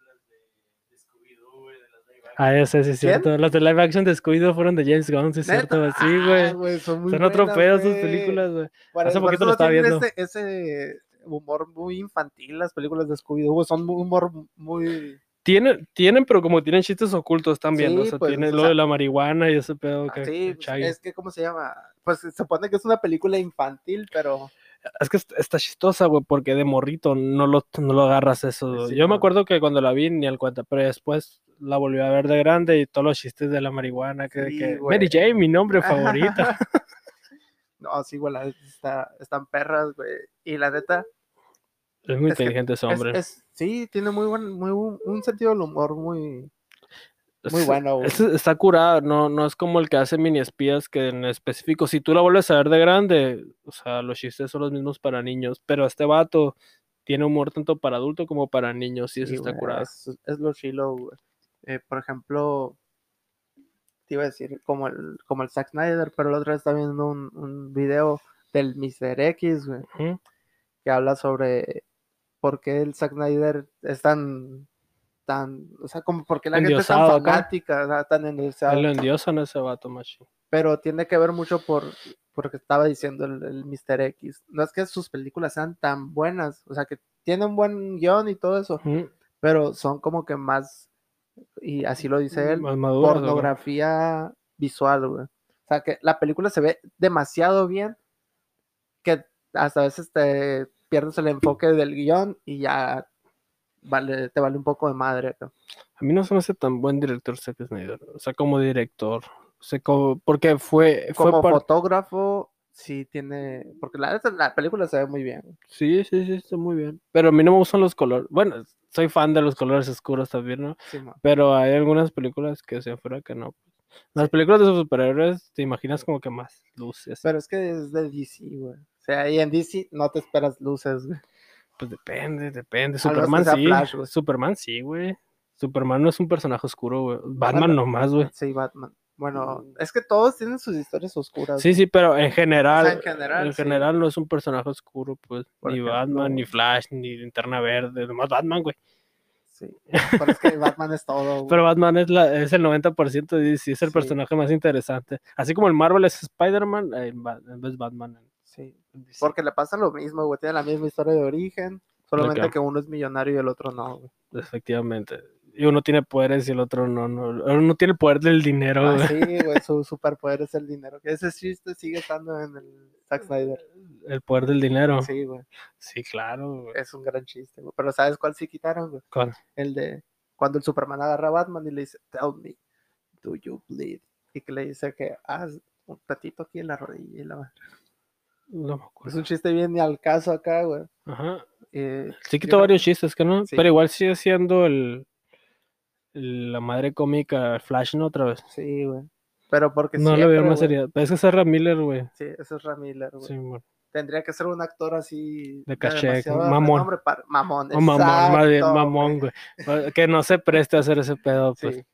[SPEAKER 3] Fue guionista de las películas de de Scooby-Doo, güey, de las live action.
[SPEAKER 2] Ah, ese sí es
[SPEAKER 1] ¿Quién?
[SPEAKER 2] cierto. Las de live action de Scooby-Doo fueron de James Gunn, sí es
[SPEAKER 1] ¿Neta?
[SPEAKER 2] cierto. güey. Sí,
[SPEAKER 1] Ah,
[SPEAKER 2] güey.
[SPEAKER 1] son muy
[SPEAKER 2] Son otro
[SPEAKER 1] buenas,
[SPEAKER 2] pedo sus
[SPEAKER 1] güey.
[SPEAKER 2] películas, güey.
[SPEAKER 1] Por
[SPEAKER 2] Hace
[SPEAKER 1] eso- por
[SPEAKER 2] poquito
[SPEAKER 1] eso
[SPEAKER 2] lo estaba
[SPEAKER 1] tienen
[SPEAKER 2] viendo.
[SPEAKER 1] Ese, ese humor muy infantil, las películas de Scooby-Doo, güey, son un humor muy.
[SPEAKER 2] Tienen, tienen, pero como tienen chistes ocultos también, ¿no? o
[SPEAKER 1] Sí,
[SPEAKER 2] sea,
[SPEAKER 1] pues,
[SPEAKER 2] tienen
[SPEAKER 1] o
[SPEAKER 2] lo
[SPEAKER 1] sea-
[SPEAKER 2] de la marihuana y ese pedo que,
[SPEAKER 1] así, pues,
[SPEAKER 2] que Chaggy.
[SPEAKER 1] es que, ¿cómo se llama? Pues se supone que es una película infantil, pero.
[SPEAKER 2] Es que est- está chistosa, güey, porque de morrito no lo, no lo agarras eso. güey.
[SPEAKER 1] Sí,
[SPEAKER 2] Yo
[SPEAKER 1] no.
[SPEAKER 2] me acuerdo que cuando la vi ni al cuenta, pero después la volví a ver de grande y todos los chistes de la marihuana, que,
[SPEAKER 1] Sí,
[SPEAKER 2] que
[SPEAKER 1] güey.
[SPEAKER 2] Mary Jane, mi nombre favorito.
[SPEAKER 1] No, sí, güey, la neta está, están perras, güey. Y la neta.
[SPEAKER 2] es muy
[SPEAKER 1] Es que
[SPEAKER 2] inteligente ese
[SPEAKER 1] es-
[SPEAKER 2] hombre.
[SPEAKER 1] es- sí, tiene muy buen, muy un, un sentido del humor muy, muy
[SPEAKER 2] Es-
[SPEAKER 1] bueno, güey.
[SPEAKER 2] es- está curada, no, no es como el que hace mini espías que en específico, si tú la vuelves a ver de grande, o sea, los chistes son los mismos para niños, pero este vato tiene humor tanto para adulto como para niños, y eso
[SPEAKER 1] Sí,
[SPEAKER 2] está
[SPEAKER 1] güey,
[SPEAKER 2] curado.
[SPEAKER 1] Es, es lo chilo, güey. Eh, por ejemplo, te iba a decir como el, como el Zack Snyder, pero la otra vez estaba viendo un, un video del Mr. X, güey,
[SPEAKER 2] Ujú.
[SPEAKER 1] que habla sobre por qué el Zack Snyder es tan, tan, o sea, como por qué la gente es tan
[SPEAKER 2] Endiosado acá.
[SPEAKER 1] fanática, o sea, tan endiosada.
[SPEAKER 2] Lo endiosan a ese vato, macho.
[SPEAKER 1] Pero tiene que ver mucho por porque estaba diciendo el, el Mr. X. No es que sus películas sean tan buenas, o sea, que tienen un buen guión y todo eso,
[SPEAKER 2] Ujú.
[SPEAKER 1] pero son como que más, y así lo dice él,
[SPEAKER 2] Más maduras, ¿o qué?
[SPEAKER 1] pornografía visual, güey. O sea, que la película se ve demasiado bien que hasta a veces te pierdes el enfoque del guión y ya vale, te vale un poco de madre. ¿no?
[SPEAKER 2] A mí no se me hace tan buen director Zack Snyder. O sea, como director. O sea, como- porque fue. fue
[SPEAKER 1] Como
[SPEAKER 2] par-
[SPEAKER 1] fotógrafo, sí tiene, porque la, neta, la película se ve muy bien.
[SPEAKER 2] Sí, sí, sí, está muy bien. Pero a mí no me gustan los colores. Bueno, soy fan de los colores oscuros también, ¿no?
[SPEAKER 1] Simón.
[SPEAKER 2] Pero hay algunas películas que se fuera que no. Las películas de superhéroes te imaginas como que más luces.
[SPEAKER 1] Pero es que es de DC, güey. O sea, y en DC no te esperas luces, güey.
[SPEAKER 2] Pues depende, depende.
[SPEAKER 1] menos que
[SPEAKER 2] Superman
[SPEAKER 1] sea
[SPEAKER 2] sí.
[SPEAKER 1] Flash, güey.
[SPEAKER 2] Superman sí, güey. Superman no es un personaje oscuro, güey. Batman
[SPEAKER 1] Bueno.
[SPEAKER 2] nomás, güey.
[SPEAKER 1] Sí, Batman. Bueno, es que todos tienen sus historias oscuras.
[SPEAKER 2] Sí, sí, pero en general.
[SPEAKER 1] en general,
[SPEAKER 2] en
[SPEAKER 1] sí.
[SPEAKER 2] general no es un personaje oscuro, pues.
[SPEAKER 1] Por
[SPEAKER 2] ni
[SPEAKER 1] ejemplo,
[SPEAKER 2] Batman, ni Flash, ni Linterna Verde. Nomás Batman, güey.
[SPEAKER 1] Sí. Pero es que Batman es todo. güey.
[SPEAKER 2] Pero Batman es, la, es el 90% y sí es el
[SPEAKER 1] Sí.
[SPEAKER 2] personaje más interesante. Así como el Marvel es Spider-Man, eh, Ba- es Batman. en-
[SPEAKER 1] Sí.
[SPEAKER 2] en DC.
[SPEAKER 1] Porque le pasa lo mismo, güey. Tiene la misma historia de origen. Solamente
[SPEAKER 2] Acá.
[SPEAKER 1] que uno es millonario y el otro no, güey.
[SPEAKER 2] Efectivamente. Y uno tiene poderes y el otro no. no. Uno tiene el poder del dinero.
[SPEAKER 1] Ah,
[SPEAKER 2] güey.
[SPEAKER 1] sí, güey. Su superpoder es el dinero. Que ese chiste sigue estando en el Zack Snyder.
[SPEAKER 2] El poder del dinero. Sí,
[SPEAKER 1] Sí, güey.
[SPEAKER 2] claro. güey.
[SPEAKER 1] Es un gran chiste, güey. Pero ¿sabes cuál sí quitaron, güey?
[SPEAKER 2] ¿Cuál?
[SPEAKER 1] El de cuando el Superman agarra a Batman y le dice, Tell me, do you bleed? Y que le dice que haz un tatito aquí en la rodilla. y la madre.
[SPEAKER 2] No me
[SPEAKER 1] Es
[SPEAKER 2] acuerdo.
[SPEAKER 1] un chiste bien ni al caso acá, güey.
[SPEAKER 2] Ajá.
[SPEAKER 1] Eh, creo
[SPEAKER 2] Sí quitó varios chistes, que no.
[SPEAKER 1] sí.
[SPEAKER 2] Pero igual sigue siendo el, el- la madre cómica Flash, ¿no? Otra vez.
[SPEAKER 1] sí, güey. Pero porque
[SPEAKER 2] No le
[SPEAKER 1] siempre,
[SPEAKER 2] veo más
[SPEAKER 1] güey.
[SPEAKER 2] seriedad. Pero es que Sarah Miller, güey.
[SPEAKER 1] Sí, eso es Ramiller, güey.
[SPEAKER 2] Sí, bueno.
[SPEAKER 1] Tendría que ser un actor así.
[SPEAKER 2] De caché,
[SPEAKER 1] demasiado
[SPEAKER 2] mamón.
[SPEAKER 1] renombre para- mamón,
[SPEAKER 2] O mamón, más bien,
[SPEAKER 1] exacto,
[SPEAKER 2] mamón, güey. Pa- Que no se preste a hacer ese pedo,
[SPEAKER 1] Sí.
[SPEAKER 2] pues.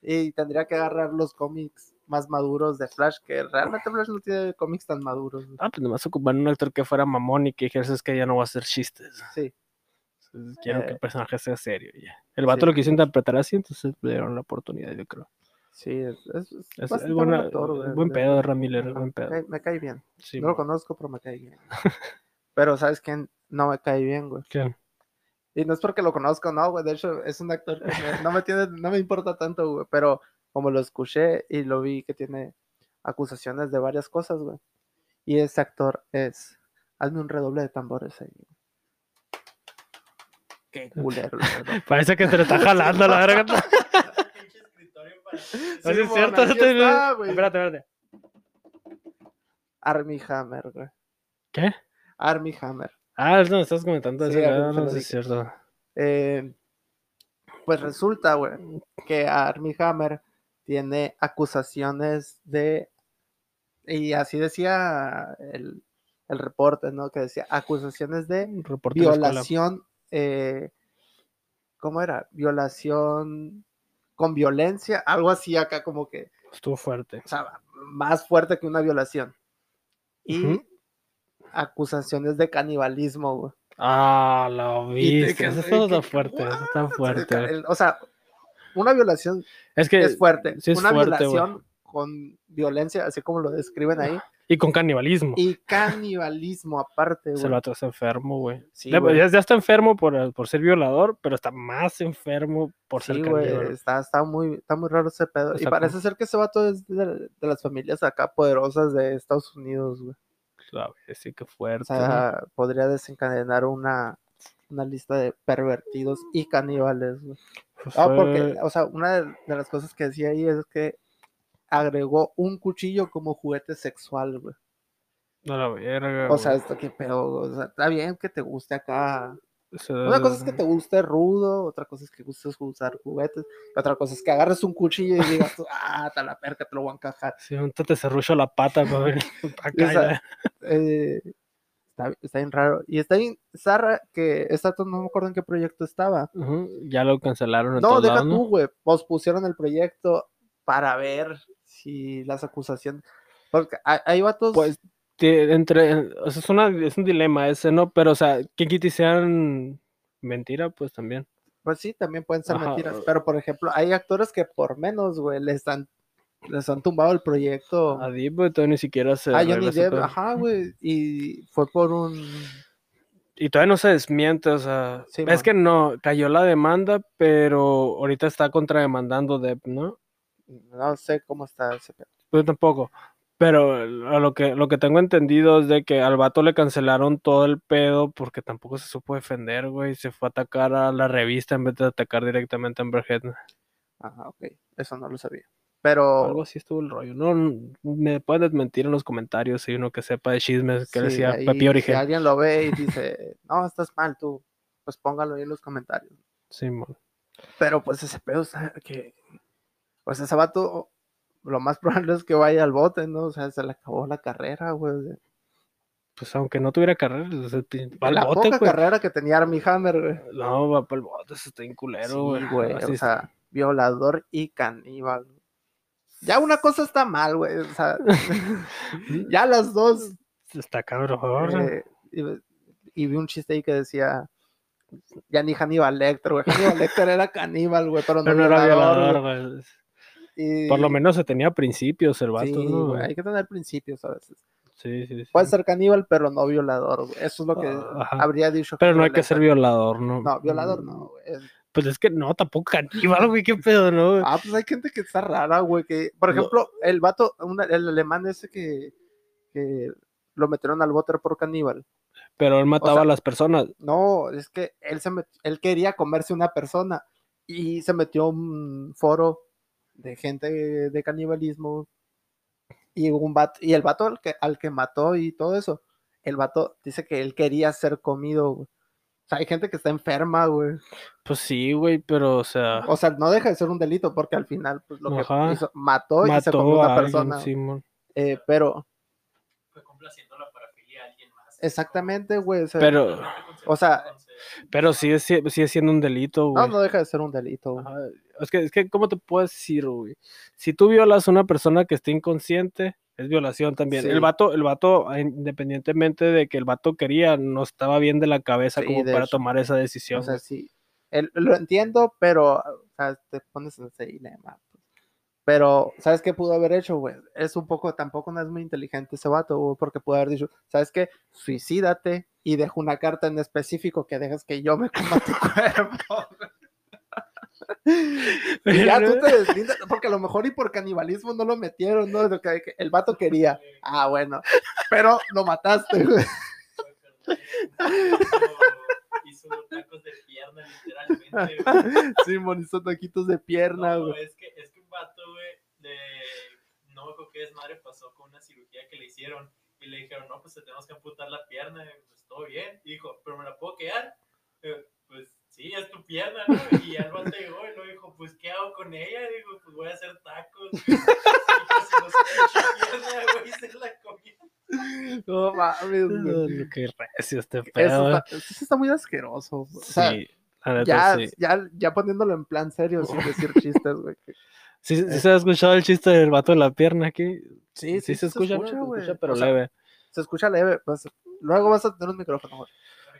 [SPEAKER 1] Y tendría que agarrar los cómics más maduros de Flash, que realmente Flash no tiene cómics tan maduros. güey.
[SPEAKER 2] Ah, pues nomás ocupan un actor que fuera mamón y que dijera, es que ya no va a hacer chistes.
[SPEAKER 1] Sí.
[SPEAKER 2] Entonces, quiero
[SPEAKER 1] Eh.
[SPEAKER 2] que el personaje sea serio. y ya. El vato
[SPEAKER 1] Sí.
[SPEAKER 2] lo quiso interpretar así, entonces le dieron la oportunidad, yo creo.
[SPEAKER 1] Pues Sí, es, es, es
[SPEAKER 2] Es, es
[SPEAKER 1] bastante buen
[SPEAKER 2] buena-
[SPEAKER 1] actor, güey,
[SPEAKER 2] buen
[SPEAKER 1] de-
[SPEAKER 2] pedo, Ramírez,
[SPEAKER 1] ajá,
[SPEAKER 2] buen pedo.
[SPEAKER 1] me cae- me cae bien.
[SPEAKER 2] Sí,
[SPEAKER 1] no lo
[SPEAKER 2] bueno.
[SPEAKER 1] conozco, pero me cae bien. pero, ¿sabes quién? No me cae bien, güey.
[SPEAKER 2] ¿Quién?
[SPEAKER 1] Y no es porque lo conozco, no, güey. De hecho, es un actor que me- no me tiene, no me importa tanto, güey. Pero como lo escuché y lo vi que tiene acusaciones de varias cosas, güey. Y ese actor es. Hazme un redoble de tambores ahí. Qué culero, la verdad.
[SPEAKER 2] Parece que te lo está jalando la verga. No,
[SPEAKER 3] Pinche escritorio para ti.
[SPEAKER 1] Sí,
[SPEAKER 2] sí, es
[SPEAKER 1] mon,
[SPEAKER 2] cierto.
[SPEAKER 1] aquí
[SPEAKER 2] este-
[SPEAKER 1] está, güey.
[SPEAKER 2] Espérate, espérate.
[SPEAKER 1] Army Hammer, güey.
[SPEAKER 2] ¿Qué?
[SPEAKER 1] Army Hammer.
[SPEAKER 2] Ah, es donde estás comentando
[SPEAKER 1] Sí,
[SPEAKER 2] ese,
[SPEAKER 1] ahorita
[SPEAKER 2] no,
[SPEAKER 1] te lo
[SPEAKER 2] no, sí
[SPEAKER 1] dije.
[SPEAKER 2] es cierto.
[SPEAKER 1] Eh, pues resulta, güey,
[SPEAKER 2] Mm.
[SPEAKER 1] que Armie Hammer tiene acusaciones de. Y así decía el, el reporte, ¿no? Que decía acusaciones de
[SPEAKER 2] Un reporte de la escuela.
[SPEAKER 1] violación. eh, ¿Cómo era? Violación con violencia, algo así acá, como que.
[SPEAKER 2] Estuvo fuerte.
[SPEAKER 1] O sea, más fuerte que una violación. Y
[SPEAKER 2] Ujú.
[SPEAKER 1] acusaciones de canibalismo, güey.
[SPEAKER 2] Ah, lo
[SPEAKER 1] Y te
[SPEAKER 2] viste.
[SPEAKER 1] quedas
[SPEAKER 2] Eso
[SPEAKER 1] de
[SPEAKER 2] está
[SPEAKER 1] que,
[SPEAKER 2] tan fuerte. Eso está fuerte.
[SPEAKER 1] El- O sea, una violación
[SPEAKER 2] Es que.
[SPEAKER 1] es fuerte.
[SPEAKER 2] sí es
[SPEAKER 1] una
[SPEAKER 2] fuerte, güey.
[SPEAKER 1] violación con violencia, así como lo describen ahí.
[SPEAKER 2] Y con canibalismo.
[SPEAKER 1] Y canibalismo aparte,
[SPEAKER 2] Se
[SPEAKER 1] güey.
[SPEAKER 2] lo está enfermo, güey.
[SPEAKER 1] Sí,
[SPEAKER 2] ya,
[SPEAKER 1] güey.
[SPEAKER 2] ya- ya está enfermo por, por ser violador, pero está más enfermo por
[SPEAKER 1] Sí,
[SPEAKER 2] ser
[SPEAKER 1] güey,
[SPEAKER 2] caníbal. Pues,
[SPEAKER 1] está, está muy, está muy raro ese pedo. y
[SPEAKER 2] Está
[SPEAKER 1] parece
[SPEAKER 2] como-
[SPEAKER 1] ser que ese vato es de, de las familias acá poderosas de Estados Unidos, güey.
[SPEAKER 2] A ver, sí, qué
[SPEAKER 1] O
[SPEAKER 2] fuerte. güey.
[SPEAKER 1] sea, podría desencadenar una, una lista de pervertidos y caníbales, güey. Ah, porque,
[SPEAKER 2] Fue-
[SPEAKER 1] o sea, una de, de las cosas que decía ahí es que agregó un cuchillo como juguete sexual, güey.
[SPEAKER 2] No la verga,
[SPEAKER 1] O sea,
[SPEAKER 2] güey.
[SPEAKER 1] esto qué pedo, güey. o sea, está bien que te guste acá
[SPEAKER 2] O sea,
[SPEAKER 1] Una cosa es que
[SPEAKER 2] Em.
[SPEAKER 1] te guste rudo, otra cosa es que gustes usar juguetes, y otra cosa es que agarres un cuchillo y digas, tú, ah, te la perca, te lo voy a encajar.
[SPEAKER 2] Sí, ahorita te cerrucho la pata, güey.
[SPEAKER 1] Y, o
[SPEAKER 2] Acá,
[SPEAKER 1] sea,
[SPEAKER 2] ya.
[SPEAKER 1] eh, está, está bien raro. Y está bien, Sarra, que esta no me acuerdo en qué proyecto estaba.
[SPEAKER 2] Ujú, ya lo cancelaron. en
[SPEAKER 1] No,
[SPEAKER 2] todos
[SPEAKER 1] deja
[SPEAKER 2] lados, ¿no?
[SPEAKER 1] tú, güey. Pospusieron el proyecto para ver si las acusaciones. Porque hay, hay vatos.
[SPEAKER 2] Pues, te- entre, o sea, es, una, es un dilema ese, ¿no? Pero, o sea, que Kitty sean mentira, pues también.
[SPEAKER 1] Pues sí, también pueden ser
[SPEAKER 2] Ajá,
[SPEAKER 1] mentiras.
[SPEAKER 2] o-
[SPEAKER 1] Pero, por ejemplo, hay actores que por menos, güey, les han, les han tumbado el proyecto.
[SPEAKER 2] A Deep, güey, todavía ni siquiera se.
[SPEAKER 1] a Ah, Johnny
[SPEAKER 2] arregla ese
[SPEAKER 1] Depp,
[SPEAKER 2] pedo.
[SPEAKER 1] ajá, güey. Y fue por un.
[SPEAKER 2] Y todavía no se desmiente, o sea.
[SPEAKER 1] Sí,
[SPEAKER 2] es
[SPEAKER 1] man.
[SPEAKER 2] que no, cayó la demanda, pero ahorita está contrademandando Depp, ¿no?
[SPEAKER 1] No sé cómo está ese pedo.
[SPEAKER 2] Yo tampoco. Pero a lo que, lo que tengo entendido es de que al vato le cancelaron todo el pedo porque tampoco se supo defender, güey. Se fue a atacar a la revista en vez de atacar directamente a Amber Heard.
[SPEAKER 1] Ajá, ok. Eso no lo sabía. Pero.
[SPEAKER 2] Algo así estuvo el rollo. No, n- me pueden desmentir en los comentarios si uno que sepa de chismes que
[SPEAKER 1] sí,
[SPEAKER 2] decía
[SPEAKER 1] ahí,
[SPEAKER 2] Pepi
[SPEAKER 1] Si
[SPEAKER 2] Origen.
[SPEAKER 1] alguien lo ve y dice, no, estás mal tú, pues póngalo ahí en los comentarios.
[SPEAKER 2] Sí, mon.
[SPEAKER 1] Pero pues ese pedo, o sea, que. Pues ese vato, lo más probable es que vaya al bote, ¿no? O sea, se le acabó la carrera, güey. de-
[SPEAKER 2] Pues aunque no tuviera carrera, o sea, ti- va al
[SPEAKER 1] Pues la
[SPEAKER 2] bote,
[SPEAKER 1] poca
[SPEAKER 2] güey.
[SPEAKER 1] carrera que tenía Armie Hammer, güey.
[SPEAKER 2] No, va para el bote, eso está en culero, güey.
[SPEAKER 1] sí, güey.
[SPEAKER 2] Así
[SPEAKER 1] O
[SPEAKER 2] es-
[SPEAKER 1] sea, violador y caníbal. Ya una cosa está mal, güey. O sea, ya las dos.
[SPEAKER 2] está cabrón.
[SPEAKER 1] eh, y, ve- y vi un chiste ahí que decía. Ya ni Hannibal Lecter, güey. Hannibal Lecter era caníbal, güey, pero no,
[SPEAKER 2] Pero no era
[SPEAKER 1] violador,
[SPEAKER 2] violador,
[SPEAKER 1] güey.
[SPEAKER 2] güey.
[SPEAKER 1] Y-
[SPEAKER 2] Por lo menos se tenía principios el vato,
[SPEAKER 1] sí,
[SPEAKER 2] ¿no?
[SPEAKER 1] güey, Hay que tener principios a veces.
[SPEAKER 2] Sí, sí, sí.
[SPEAKER 1] Puede ser caníbal, pero no violador, güey. Eso es lo que
[SPEAKER 2] Ajá.
[SPEAKER 1] habría dicho.
[SPEAKER 2] Ah, Pero no hay
[SPEAKER 1] Hannibal
[SPEAKER 2] que ser
[SPEAKER 1] Lecter.
[SPEAKER 2] violador, ¿no? Mm,
[SPEAKER 1] No, violador no, güey. Es-
[SPEAKER 2] Pues es que no, tampoco caníbal, güey, qué pedo, ¿no?
[SPEAKER 1] Ah, pues hay gente que está rara, güey. Que, por
[SPEAKER 2] No.
[SPEAKER 1] ejemplo, el vato, una- el alemán ese que, que lo metieron al boter por caníbal.
[SPEAKER 2] Pero él mataba
[SPEAKER 1] sea-
[SPEAKER 2] a las personas.
[SPEAKER 1] No, es que él se met- él quería comerse una persona y se metió a un foro de gente de canibalismo y un vato, y el vato al que, al que mató y todo eso. El vato dice que él quería ser comido, güey. O sea, hay gente que está enferma, güey.
[SPEAKER 2] Pues sí, güey, pero, o sea,
[SPEAKER 1] O sea, no deja de ser un delito porque al final, pues lo
[SPEAKER 2] Ah. Ajá.
[SPEAKER 1] que hizo, mató, y se comió
[SPEAKER 2] mató
[SPEAKER 1] una
[SPEAKER 2] a alguien,
[SPEAKER 1] persona.
[SPEAKER 2] Simón.
[SPEAKER 1] Eh, pero,
[SPEAKER 3] Fue complaciendo la parafilia a alguien más.
[SPEAKER 1] exactamente, güey. O sea,
[SPEAKER 2] Pero,
[SPEAKER 1] o sea,
[SPEAKER 2] pero sí es, sí es siendo un delito,
[SPEAKER 1] no,
[SPEAKER 2] güey. Ah,
[SPEAKER 1] no deja de ser un delito. güey.
[SPEAKER 2] Ajá, Es que, es que, ¿cómo te puedo decir, güey? Si tú violas a una persona que está inconsciente, es violación también.
[SPEAKER 1] Sí.
[SPEAKER 2] El vato, el vato, eh, independientemente de que el vato quería, no estaba bien de la cabeza
[SPEAKER 1] Sí,
[SPEAKER 2] como
[SPEAKER 1] de
[SPEAKER 2] para
[SPEAKER 1] hecho.
[SPEAKER 2] tomar esa decisión.
[SPEAKER 1] O sea,
[SPEAKER 2] güey.
[SPEAKER 1] sí. el- lo entiendo, pero o sea, te pones en ese dilema. pues. Pero, ¿sabes qué pudo haber hecho, güey? Es un poco, tampoco no es muy inteligente ese vato, güey, porque pudo haber dicho, ¿sabes qué? Suicídate y dejo una carta en específico que dejas que yo me coma tu cuerpo. Y ya tú te deslindas, porque a lo mejor y por canibalismo no lo metieron, ¿no? Lo que- que el vato quería. Ah, bueno. Pero lo mataste, güey.
[SPEAKER 3] Hizo unos tacos de pierna, literalmente. güey.
[SPEAKER 1] Simón hizo taquitos de pierna,
[SPEAKER 3] No,
[SPEAKER 1] güey.
[SPEAKER 3] es que, es que un vato, güey, de. No me acuerdo qué desmadre pasó con una cirugía que le hicieron. Y le dijeron, no, pues te tenemos que amputar la pierna. y, Pues todo bien. Y dijo, pero me la puedo quedar. Eh, Pues sí, es tu pierna, ¿no? Y al vato llegó y lo dijo, pues ¿qué hago con ella? Digo, pues voy a hacer tacos. güey. Y pues, se los echó pierna, güey, y se la comió.
[SPEAKER 1] No mames, güey.
[SPEAKER 2] Lo que recio este
[SPEAKER 1] Eso
[SPEAKER 2] pedo.
[SPEAKER 1] está, eso está muy asqueroso. güey. O sea,
[SPEAKER 2] sí, la neta,
[SPEAKER 1] ya,
[SPEAKER 2] sí.
[SPEAKER 1] ya, ya poniéndolo en plan serio, sin decir chistes, güey. que-
[SPEAKER 2] ¿Sí, sí se ha escuchado el chiste del vato de la pierna aquí?
[SPEAKER 1] Sí, sí,
[SPEAKER 2] se,
[SPEAKER 1] se
[SPEAKER 2] escucha,
[SPEAKER 1] escucha,
[SPEAKER 2] ¿no? Se
[SPEAKER 1] güey.
[SPEAKER 2] escucha, pero
[SPEAKER 1] O sea,
[SPEAKER 2] leve.
[SPEAKER 1] Se escucha leve. Pues, luego vas a tener un micrófono, güey.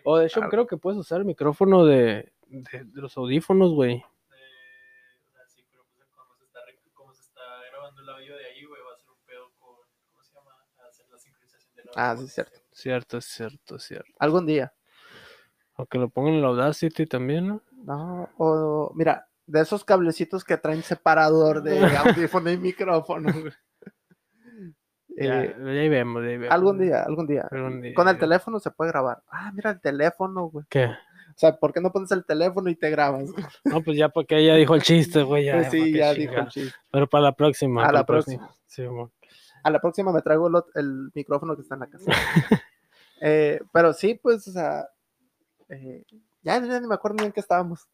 [SPEAKER 2] O de hecho,
[SPEAKER 1] algo.
[SPEAKER 2] creo que puedes usar el micrófono de, de- de los audífonos, güey.
[SPEAKER 3] Eh, o sea, sí, pero pues como se está, re- como se está grabando el audio de ahí, güey, va a ser un pedo con. ¿Cómo se llama? Hacer la sincronización del audio.
[SPEAKER 1] Ah,
[SPEAKER 3] con
[SPEAKER 1] sí, cierto.
[SPEAKER 3] ese.
[SPEAKER 2] Cierto, es cierto, es cierto.
[SPEAKER 1] Algún día.
[SPEAKER 2] Aunque lo pongan en el Audacity también, ¿no?
[SPEAKER 1] No, o mira, de esos cablecitos que traen separador de audífono y micrófono, güey.
[SPEAKER 2] ya,
[SPEAKER 1] Eh,
[SPEAKER 2] ya ahí vemos, ya eh, ahí vemos.
[SPEAKER 1] algún día, algún día.
[SPEAKER 2] Algún día,
[SPEAKER 1] Con el
[SPEAKER 2] ya.
[SPEAKER 1] teléfono se puede grabar. Ah, mira el teléfono, güey.
[SPEAKER 2] ¿Qué?
[SPEAKER 1] O sea, ¿por qué no pones el teléfono y te grabas? güey?
[SPEAKER 2] No, pues ya porque ya dijo el chiste, güey. Ya,
[SPEAKER 1] Pues
[SPEAKER 2] ¿pa'
[SPEAKER 1] sí,
[SPEAKER 2] qué
[SPEAKER 1] ya dijo
[SPEAKER 2] chingar?
[SPEAKER 1] el chiste.
[SPEAKER 2] Pero para la próxima.
[SPEAKER 1] A
[SPEAKER 2] para
[SPEAKER 1] la próxima.
[SPEAKER 2] Sí, mon.
[SPEAKER 1] A la próxima me traigo el, ot- el micrófono que está en la casa. Eh, pero sí, pues, o sea, eh, ya, ya ni me acuerdo ni en qué estábamos.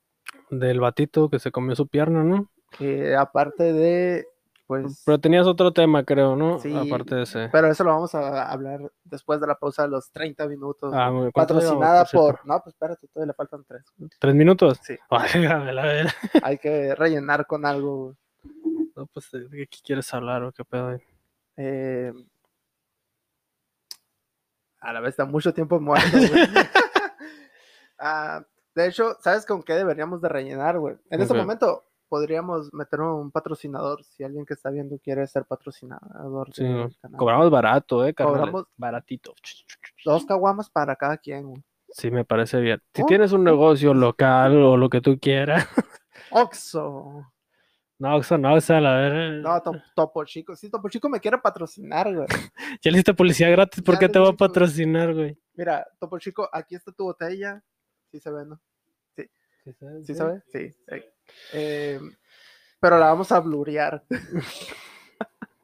[SPEAKER 2] Del batito que se comió su pierna, ¿no?
[SPEAKER 1] Que aparte de, pues,
[SPEAKER 2] Pero tenías otro tema, creo, ¿no?
[SPEAKER 1] Sí,
[SPEAKER 2] Aparte de ese.
[SPEAKER 1] pero eso lo vamos a hablar después de la pausa de los 30 minutos.
[SPEAKER 2] Ah, bueno, ¿cuánto llevamos,
[SPEAKER 1] patrocinada
[SPEAKER 2] cierto?
[SPEAKER 1] por... No, pues espérate, todavía le faltan tres.
[SPEAKER 2] ¿Tres minutos?
[SPEAKER 1] Sí.
[SPEAKER 2] Válgame la ver.
[SPEAKER 1] Hay que rellenar con algo. güey.
[SPEAKER 2] No, pues, ¿de qué quieres hablar o qué pedo?
[SPEAKER 1] Eh, a la vez está mucho tiempo muerto. güey. Ah, de hecho, ¿sabes con qué deberíamos de rellenar, güey? En este
[SPEAKER 2] Ok.
[SPEAKER 1] momento podríamos meter un patrocinador si alguien que está viendo quiere ser patrocinador
[SPEAKER 2] Sí,
[SPEAKER 1] del canal.
[SPEAKER 2] Cobramos barato, ¿eh? carnales?
[SPEAKER 1] Cobramos-
[SPEAKER 2] baratito.
[SPEAKER 1] Dos caguamas para cada quien. güey.
[SPEAKER 2] Sí, me parece bien. Si
[SPEAKER 1] Oh.
[SPEAKER 2] tienes un negocio local o lo que tú quieras.
[SPEAKER 1] Oxo.
[SPEAKER 2] No, Oxxo, no, o sea, la ver.
[SPEAKER 1] No, To- Topo Chico. Si Topo Chico me quiere patrocinar, güey.
[SPEAKER 2] Ya le hiciste publicidad gratis, ¿por
[SPEAKER 1] Ya
[SPEAKER 2] qué
[SPEAKER 1] le
[SPEAKER 2] te va a
[SPEAKER 1] dije, güey.
[SPEAKER 2] patrocinar, güey?
[SPEAKER 1] Mira, Topo Chico, aquí está tu botella. Sí se ve, ¿no? ¿Sí se ve? Sí. eh, eh, pero la vamos a blurear.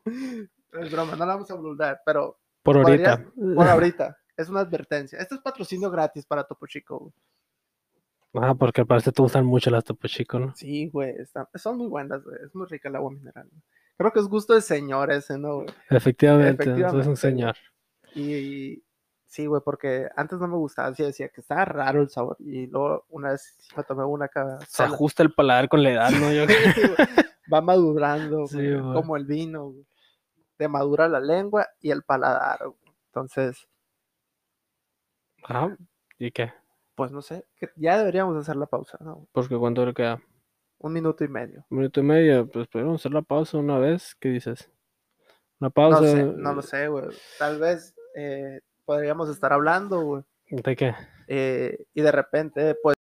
[SPEAKER 1] es broma, no la vamos a blurear, pero
[SPEAKER 2] Por
[SPEAKER 1] podrías-
[SPEAKER 2] ahorita.
[SPEAKER 1] por ahorita. Es una advertencia. Este es patrocinio gratis para Topo Chico. güey.
[SPEAKER 2] Ah, porque al parecer te gustan mucho las Topo Chico, ¿no?
[SPEAKER 1] Sí, güey, está- son muy buenas, güey. Es muy rica el agua mineral. güey. Creo que es gusto de señor ese, ¿no? güey?
[SPEAKER 2] Efectivamente, eso es
[SPEAKER 1] Efectivamente,
[SPEAKER 2] un señor.
[SPEAKER 1] Y, sí, güey, porque antes no me gustaba. Sí, decía que estaba raro el sabor. Y luego una vez me tomé una acá.
[SPEAKER 2] Se ajusta el paladar con la edad, ¿no? Yo creo.
[SPEAKER 1] va madurando,
[SPEAKER 2] Sí,
[SPEAKER 1] güey,
[SPEAKER 2] güey.
[SPEAKER 1] como el vino. güey. Te madura la lengua y el paladar. güey. Entonces,
[SPEAKER 2] Ah, ¿y qué?
[SPEAKER 1] pues no sé, que- ya deberíamos hacer la pausa, ¿no?
[SPEAKER 2] Porque cuánto le queda.
[SPEAKER 1] Un minuto y medio.
[SPEAKER 2] Un minuto y medio, pues podemos hacer la pausa una vez. ¿Qué dices? Una
[SPEAKER 1] No
[SPEAKER 2] pausa. eh,
[SPEAKER 1] sé, no lo sé, güey. Tal vez eh, podríamos estar hablando, güey.
[SPEAKER 2] ¿De qué?
[SPEAKER 1] eh, y de repente, pues,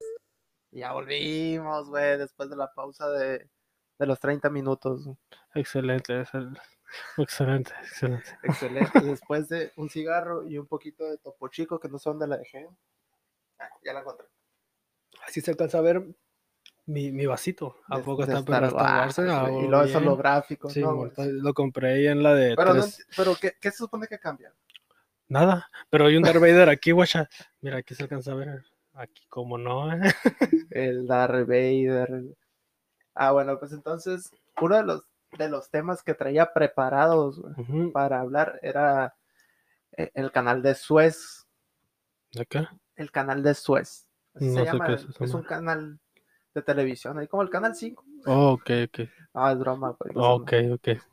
[SPEAKER 1] ya volvimos, güey, después de la pausa de, de los 30 minutos. güey.
[SPEAKER 2] Excelente, excel- excelente, excelente.
[SPEAKER 1] Excelente. después de un cigarro y un poquito de topo chico, que no sé dónde la dejé. Ah, ya la encontré.
[SPEAKER 2] Así se alcanza a ver mi, mi vasito. ¿A
[SPEAKER 1] de-
[SPEAKER 2] poco
[SPEAKER 1] de
[SPEAKER 2] está para
[SPEAKER 1] Star Wars,
[SPEAKER 2] Star Wars? Ah,
[SPEAKER 1] güey,
[SPEAKER 2] muy
[SPEAKER 1] Y luego eso
[SPEAKER 2] bien.
[SPEAKER 1] lo gráfico.
[SPEAKER 2] Sí,
[SPEAKER 1] ¿no,
[SPEAKER 2] mo,
[SPEAKER 1] güey?
[SPEAKER 2] entonces lo compré ahí en la de
[SPEAKER 1] Pero, no
[SPEAKER 2] tres.
[SPEAKER 1] enti- pero ¿qué, qué se supone que cambia?
[SPEAKER 2] Nada, pero hay un Darth Vader aquí, guacha. Mira, aquí se alcanza a ver. Aquí, como no, ¿eh?
[SPEAKER 1] El Darth Vader. Ah, bueno, pues entonces, uno de los, de los temas que traía preparados güey,
[SPEAKER 2] Ujú,
[SPEAKER 1] para hablar era eh, el canal de Suez.
[SPEAKER 2] ¿De qué?
[SPEAKER 1] El canal de Suez. Así
[SPEAKER 2] No
[SPEAKER 1] se
[SPEAKER 2] sé
[SPEAKER 1] llama.
[SPEAKER 2] qué es
[SPEAKER 1] es,
[SPEAKER 2] eso,
[SPEAKER 1] un
[SPEAKER 2] madre.
[SPEAKER 1] canal de televisión, ahí como el canal 5.
[SPEAKER 2] Oh, ok, ok.
[SPEAKER 1] Ah, es broma, güey. no sé,
[SPEAKER 2] Oh, ok, ok.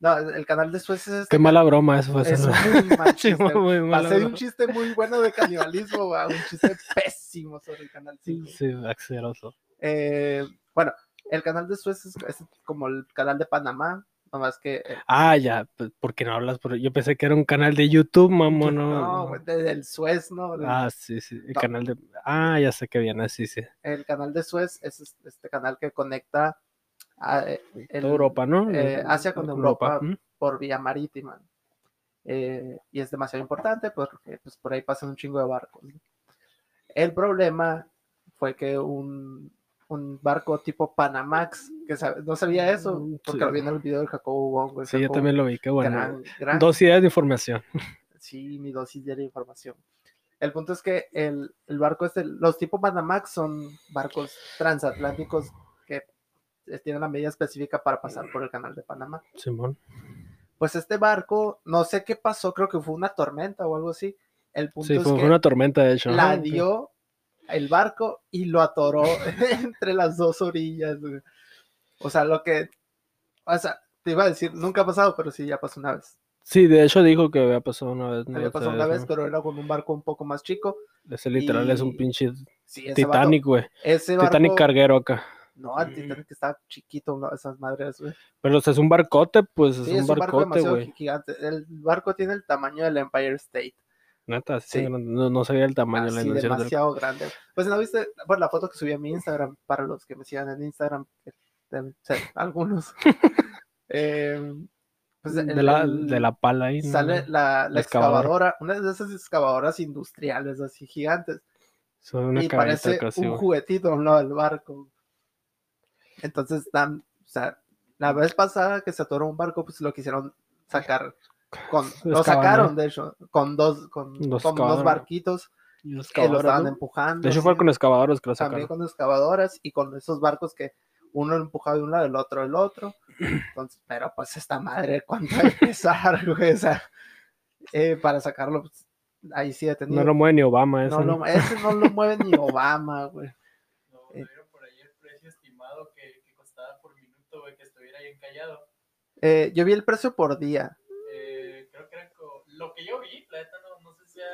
[SPEAKER 1] No, el canal de Suecia es, este
[SPEAKER 2] Qué mala broma eso fue.
[SPEAKER 1] es
[SPEAKER 2] César.
[SPEAKER 1] muy mal
[SPEAKER 2] Sí,
[SPEAKER 1] chiste, güey.
[SPEAKER 2] muy mala
[SPEAKER 1] Pasé de un
[SPEAKER 2] broma.
[SPEAKER 1] chiste muy bueno de canibalismo a un chiste pésimo sobre el canal 5.
[SPEAKER 2] Sí, asqueroso.
[SPEAKER 1] Eh, bueno, el canal de Suez es, es como el canal de Panamá, nomás que... eh,
[SPEAKER 2] Ah, ya, pues, ¿por qué no hablas? Por... Yo pensé que era un canal de YouTube, mamón. No,
[SPEAKER 1] no, güey, de- del Suez, ¿no? Del-
[SPEAKER 2] Ah, sí, sí. El
[SPEAKER 1] No.
[SPEAKER 2] canal de. Ah, ya sé que viene, sí, sí.
[SPEAKER 1] El canal de Suez es es- este canal que conecta a, eh, el-
[SPEAKER 2] Toda Europa, ¿no?
[SPEAKER 1] eh, Asia con Europa.
[SPEAKER 2] ¿Mm?
[SPEAKER 1] por vía marítima. Eh, y es demasiado importante porque pues, por ahí pasan un chingo de barcos. ¿no? El problema fue que un, un barco tipo Panamax, que sab- no sabía eso,
[SPEAKER 2] Mm,
[SPEAKER 1] porque
[SPEAKER 2] sí.
[SPEAKER 1] lo vi en el video de Jacobo Wong. güey,
[SPEAKER 2] Sí, yo
[SPEAKER 1] Jacobo,
[SPEAKER 2] también lo vi, qué bueno.
[SPEAKER 1] gran- gran-
[SPEAKER 2] Dos ideas de información.
[SPEAKER 1] Sí, mi dosis diaria de información. El punto es que el, el barco este, los tipo Panamax son barcos transatlánticos que eh, tienen la medida específica para pasar por el canal de Panamá.
[SPEAKER 2] Simón.
[SPEAKER 1] Pues este barco, no sé qué pasó, creo que fue una tormenta o algo así. El punto
[SPEAKER 2] Sí,
[SPEAKER 1] es
[SPEAKER 2] fue, fue
[SPEAKER 1] que
[SPEAKER 2] una tormenta, de hecho.
[SPEAKER 1] la
[SPEAKER 2] Ajá, ok.
[SPEAKER 1] dio el barco y lo atoró entre las dos orillas. güey. O sea, lo que. O sea, te iba a decir, nunca ha pasado, pero sí, ya pasó una vez.
[SPEAKER 2] Sí, de hecho dijo que había pasado una vez. ¿no?
[SPEAKER 1] Había
[SPEAKER 2] O sea,
[SPEAKER 1] pasado una vez,
[SPEAKER 2] ¿no?
[SPEAKER 1] pero era con un barco un poco más chico.
[SPEAKER 2] Ese literal es un
[SPEAKER 1] y-
[SPEAKER 2] pinche
[SPEAKER 1] Sí, ese barco-
[SPEAKER 2] Titanic, güey.
[SPEAKER 1] ese barco-
[SPEAKER 2] Titanic carguero acá.
[SPEAKER 1] No, el Titanic estaba chiquito, ¿no? esas madres, güey.
[SPEAKER 2] Pero o sea, es un barcote, pues es
[SPEAKER 1] Sí,
[SPEAKER 2] un
[SPEAKER 1] es un barco
[SPEAKER 2] barcote,
[SPEAKER 1] demasiado
[SPEAKER 2] güey.
[SPEAKER 1] gigante. El barco tiene el tamaño del Empire State.
[SPEAKER 2] Neta, sí,
[SPEAKER 1] Sí.
[SPEAKER 2] No, no sabía el tamaño de la
[SPEAKER 1] Así
[SPEAKER 2] dimensión del-
[SPEAKER 1] demasiado grande. Pues no viste por la foto que subí a mi Instagram, para los que me sigan en Instagram, que deben ser algunos. Eh, pues,
[SPEAKER 2] de,
[SPEAKER 1] el-
[SPEAKER 2] la,
[SPEAKER 1] el-
[SPEAKER 2] de la pala ahí. ¿no?
[SPEAKER 1] sale la, la
[SPEAKER 2] la excavadora.
[SPEAKER 1] excavadora, una de esas excavadoras industriales así gigantes.
[SPEAKER 2] Son una
[SPEAKER 1] y
[SPEAKER 2] caballita
[SPEAKER 1] parece
[SPEAKER 2] casi,
[SPEAKER 1] un
[SPEAKER 2] güey.
[SPEAKER 1] juguetito a un lado del barco. Entonces, dan- o sea, la vez pasada que se atoró un barco, pues lo quisieron sacar. Con, lo
[SPEAKER 2] Excavando.
[SPEAKER 1] sacaron, de hecho, con dos, con,
[SPEAKER 2] Los
[SPEAKER 1] con dos
[SPEAKER 2] excavaron.
[SPEAKER 1] barquitos que lo
[SPEAKER 2] Excavadoras,
[SPEAKER 1] estaban
[SPEAKER 2] ¿no?
[SPEAKER 1] empujando.
[SPEAKER 2] De hecho, fue
[SPEAKER 1] así,
[SPEAKER 2] con excavadoras que lo
[SPEAKER 1] también
[SPEAKER 2] sacaron.
[SPEAKER 1] con excavadoras y con esos barcos que uno empujaba de un lado, el otro, el otro. Entonces, pero pues esta madre, ¿cuánto hay que pesar, güey? O sea, eh, para sacarlo, pues, ahí sí detenido.
[SPEAKER 2] No lo mueve ni Obama, eso.
[SPEAKER 1] No lo- ese no lo mueve ni Obama, güey.
[SPEAKER 3] No, me dieron por ahí el precio estimado que, que costaba por minuto, güey, que estuviera ahí encallado.
[SPEAKER 1] Eh, yo vi el precio por día.
[SPEAKER 3] Eh, creo que era co- lo que yo vi, la neta no, no sé si sea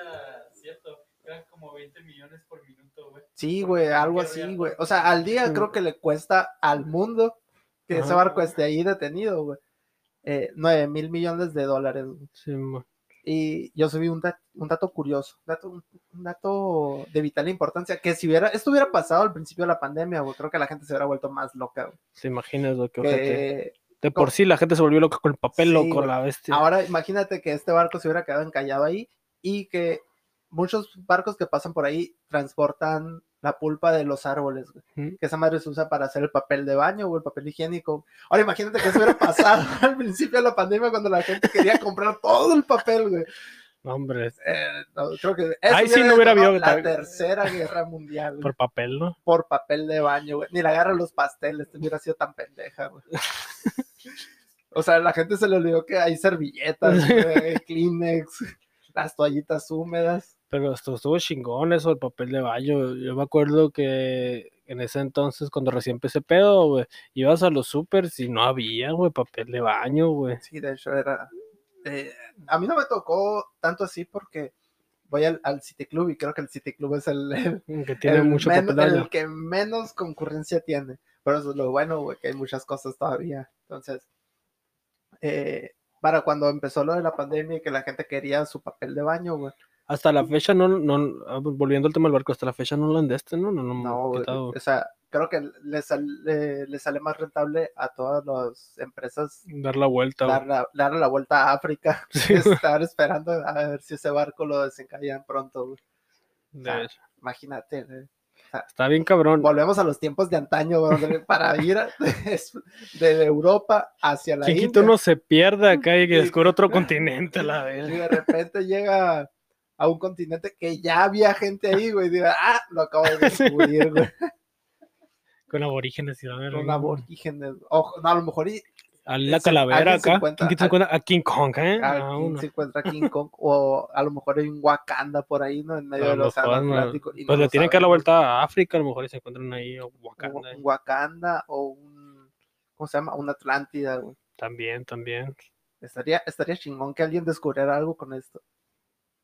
[SPEAKER 3] cierto, eran como 20 millones por minuto, güey.
[SPEAKER 1] Sí, güey, algo
[SPEAKER 3] Qué
[SPEAKER 1] así,
[SPEAKER 3] real.
[SPEAKER 1] güey. O sea, al día
[SPEAKER 2] Sí.
[SPEAKER 1] creo que le cuesta al mundo que ese
[SPEAKER 2] Ajá.
[SPEAKER 1] barco esté ahí detenido, güey. Eh, 9 mil millones de dólares. güey.
[SPEAKER 2] Sí, mo-
[SPEAKER 1] Y yo subí un, dat- un dato curioso, un dato, un- un dato de vital importancia, que si hubiera, esto hubiera pasado al principio de la pandemia, güey, creo que la gente se hubiera vuelto más loca, güey.
[SPEAKER 2] ¿Te imaginas lo que... ojete?
[SPEAKER 1] Que-
[SPEAKER 2] De por sí la gente se volvió loca con el papel,
[SPEAKER 1] Sí,
[SPEAKER 2] loco,
[SPEAKER 1] güey.
[SPEAKER 2] la bestia.
[SPEAKER 1] Ahora imagínate que este barco se hubiera quedado encallado ahí y que muchos barcos que pasan por ahí transportan la pulpa de los árboles, güey.
[SPEAKER 2] Ujú.
[SPEAKER 1] Que esa madre se usa para hacer el papel de baño o el papel higiénico. Ahora imagínate que eso hubiera pasado al principio de la pandemia cuando la gente quería comprar todo el papel, güey.
[SPEAKER 2] No, hombre,
[SPEAKER 1] Eh, no, creo que eso
[SPEAKER 2] Ahí sí no hubiera
[SPEAKER 1] detonado
[SPEAKER 2] habido-
[SPEAKER 1] la tercera guerra mundial güey,
[SPEAKER 2] por
[SPEAKER 1] por...
[SPEAKER 2] papel, ¿no?
[SPEAKER 1] papel de baño, güey. Ni la guerra de los pasteles te hubiera sido tan pendeja, güey. O sea, la gente se le olvidó que hay servilletas, güey, Kleenex, las toallitas húmedas.
[SPEAKER 2] Pero esto estuvo chingón eso, el papel de baño. Yo me acuerdo que en ese entonces, cuando recién empecé pedo, güey, ibas a los supers y no había, güey, papel de baño, güey.
[SPEAKER 1] Sí, de hecho era. eh, a mí no me tocó tanto así porque voy al, al City Club y creo que el City Club es el, el-
[SPEAKER 2] Que tiene
[SPEAKER 1] el
[SPEAKER 2] mucho
[SPEAKER 1] men-
[SPEAKER 2] papel de baño.
[SPEAKER 1] el que menos concurrencia tiene. Pero eso es lo bueno, güey, que hay muchas cosas todavía. Entonces, eh, para cuando empezó lo de la pandemia y que la gente quería su papel de baño, güey.
[SPEAKER 2] Hasta la fecha no, no, ah, volviendo al tema del barco, hasta la fecha no lo han de este, ¿no? No, no,
[SPEAKER 1] No, güey,
[SPEAKER 2] quitado.
[SPEAKER 1] o sea, creo que le, sal- le- le sale más rentable a todas las empresas
[SPEAKER 2] Dar la vuelta, güey.
[SPEAKER 1] dar la, dar la vuelta a África.
[SPEAKER 2] Sí, güey,
[SPEAKER 1] estar esperando a ver si ese barco lo desencallan pronto. güey.
[SPEAKER 2] de
[SPEAKER 1] Ah.
[SPEAKER 2] hecho.
[SPEAKER 1] Imagínate. güey.
[SPEAKER 2] Está bien cabrón.
[SPEAKER 1] Volvemos a los tiempos de antaño, güey, donde para ir a- es- de Europa hacia la
[SPEAKER 2] Quien
[SPEAKER 1] India.
[SPEAKER 2] quita uno se pierde acá y que
[SPEAKER 1] Sí.
[SPEAKER 2] descubre otro continente, la
[SPEAKER 1] Y
[SPEAKER 2] verga.
[SPEAKER 1] de repente llega a un continente que ya había gente ahí, güey, y diga, ah, lo acabo de descubrir, güey,
[SPEAKER 2] Con aborígenes y la verga.
[SPEAKER 1] con aborígenes. Ojo, no, a lo mejor y
[SPEAKER 2] A la
[SPEAKER 1] Se-
[SPEAKER 2] calavera
[SPEAKER 1] alguien se
[SPEAKER 2] acá.
[SPEAKER 1] encuentra-
[SPEAKER 2] ¿Quién quita se encuentra? A King Kong, ¿eh? A
[SPEAKER 1] alguien
[SPEAKER 2] uno.
[SPEAKER 1] se encuentra King Kong, o a lo mejor hay un Wakanda por ahí, ¿no? En medio
[SPEAKER 2] A
[SPEAKER 1] del
[SPEAKER 2] lo
[SPEAKER 1] océano
[SPEAKER 2] mejor, no.
[SPEAKER 1] Atlántico. y no
[SPEAKER 2] Pues le
[SPEAKER 1] lo
[SPEAKER 2] tienen que dar la
[SPEAKER 1] sabemos.
[SPEAKER 2] vuelta a África, a lo mejor y se encuentran ahí o
[SPEAKER 1] un
[SPEAKER 2] Wakanda.
[SPEAKER 1] un Wakanda o un, ¿cómo se llama? Un Atlántida, güey.
[SPEAKER 2] También, también.
[SPEAKER 1] Estaría, estaría chingón que alguien descubriera algo con esto.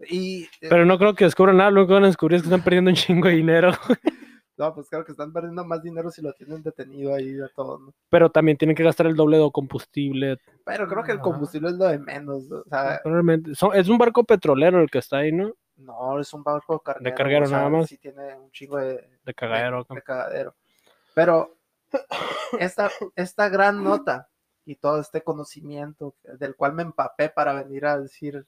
[SPEAKER 1] Y eh,
[SPEAKER 2] Pero no creo que descubran nada, lo que van a descubrir es que están perdiendo un chingo de dinero.
[SPEAKER 1] no, pues claro que están perdiendo más dinero si lo tienen detenido ahí de todo, ¿no?
[SPEAKER 2] Pero también tienen que gastar el doble de combustible.
[SPEAKER 1] Pero creo que el
[SPEAKER 2] Ajá.
[SPEAKER 1] combustible es lo de menos. O sea,
[SPEAKER 2] Probablemente- son- es un barco petrolero el que está ahí, ¿no?
[SPEAKER 1] no, es un barco carguero. o
[SPEAKER 2] carguero
[SPEAKER 1] sea,
[SPEAKER 2] nada más. Ah.
[SPEAKER 1] Sí tiene un chingo de,
[SPEAKER 2] De cagadero. acá.
[SPEAKER 1] de cagadero. Pero esta, esta gran nota y todo este conocimiento del cual me empapé para venir a decir,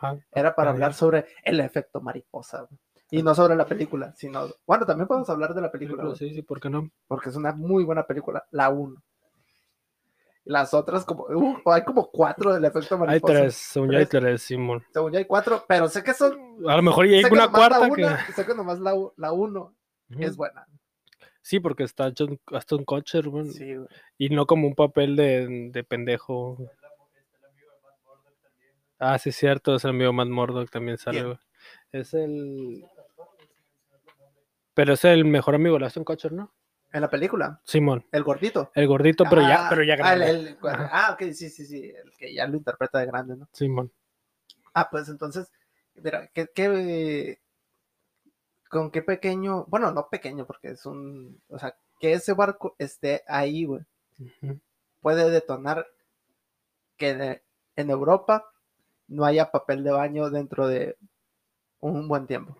[SPEAKER 2] Ajá.
[SPEAKER 1] era para
[SPEAKER 2] Ah,
[SPEAKER 1] hablar
[SPEAKER 2] ya.
[SPEAKER 1] sobre el efecto mariposa. güey. Y no sobre la película, sino... Bueno, también podemos hablar de la película,
[SPEAKER 2] Película,
[SPEAKER 1] güey,
[SPEAKER 2] Sí, sí, ¿por qué no?
[SPEAKER 1] porque es una muy buena película, la 1. Las otras como... uh, hay como cuatro del efecto
[SPEAKER 2] Hay
[SPEAKER 1] mariposa.
[SPEAKER 2] tres, según yo hay tres, Simón.
[SPEAKER 1] Según yo hay cuatro, pero sé que son...
[SPEAKER 2] A lo mejor y hay
[SPEAKER 1] sé que
[SPEAKER 2] una
[SPEAKER 1] nomás la
[SPEAKER 2] cuarta que...
[SPEAKER 1] una, Sé que nomás la, u- la uno es buena.
[SPEAKER 2] Sí, porque está John, Aston Kutcher, güey,
[SPEAKER 1] Sí, güey.
[SPEAKER 2] y no como un papel de, de pendejo.
[SPEAKER 3] Está el am- está el amigo de Matt Murdock también. ¿no?
[SPEAKER 2] Ah, sí, es cierto, es el amigo Matt Murdock también sale,
[SPEAKER 1] ¿Quién?
[SPEAKER 2] güey. Es el...
[SPEAKER 3] Es el actor, güey, sin mencionar los nombres.
[SPEAKER 2] Pero es el mejor amigo de Aston Kutcher, ¿no?
[SPEAKER 1] En la película,
[SPEAKER 2] Simón,
[SPEAKER 1] el gordito.
[SPEAKER 2] el gordito, pero
[SPEAKER 1] Ah,
[SPEAKER 2] ya, pero ya
[SPEAKER 1] ah,
[SPEAKER 2] grande.
[SPEAKER 1] el- el- ah, ok, sí, sí, sí. El que ya lo interpreta de grande, ¿no?
[SPEAKER 2] Simón.
[SPEAKER 1] Ah, pues entonces, mira, ¿qué, qué- con qué pequeño, bueno, no pequeño, porque es un, o sea, que ese barco esté ahí, güey,
[SPEAKER 2] Ujú.
[SPEAKER 1] puede detonar que de- en Europa no haya papel de baño dentro de un buen tiempo.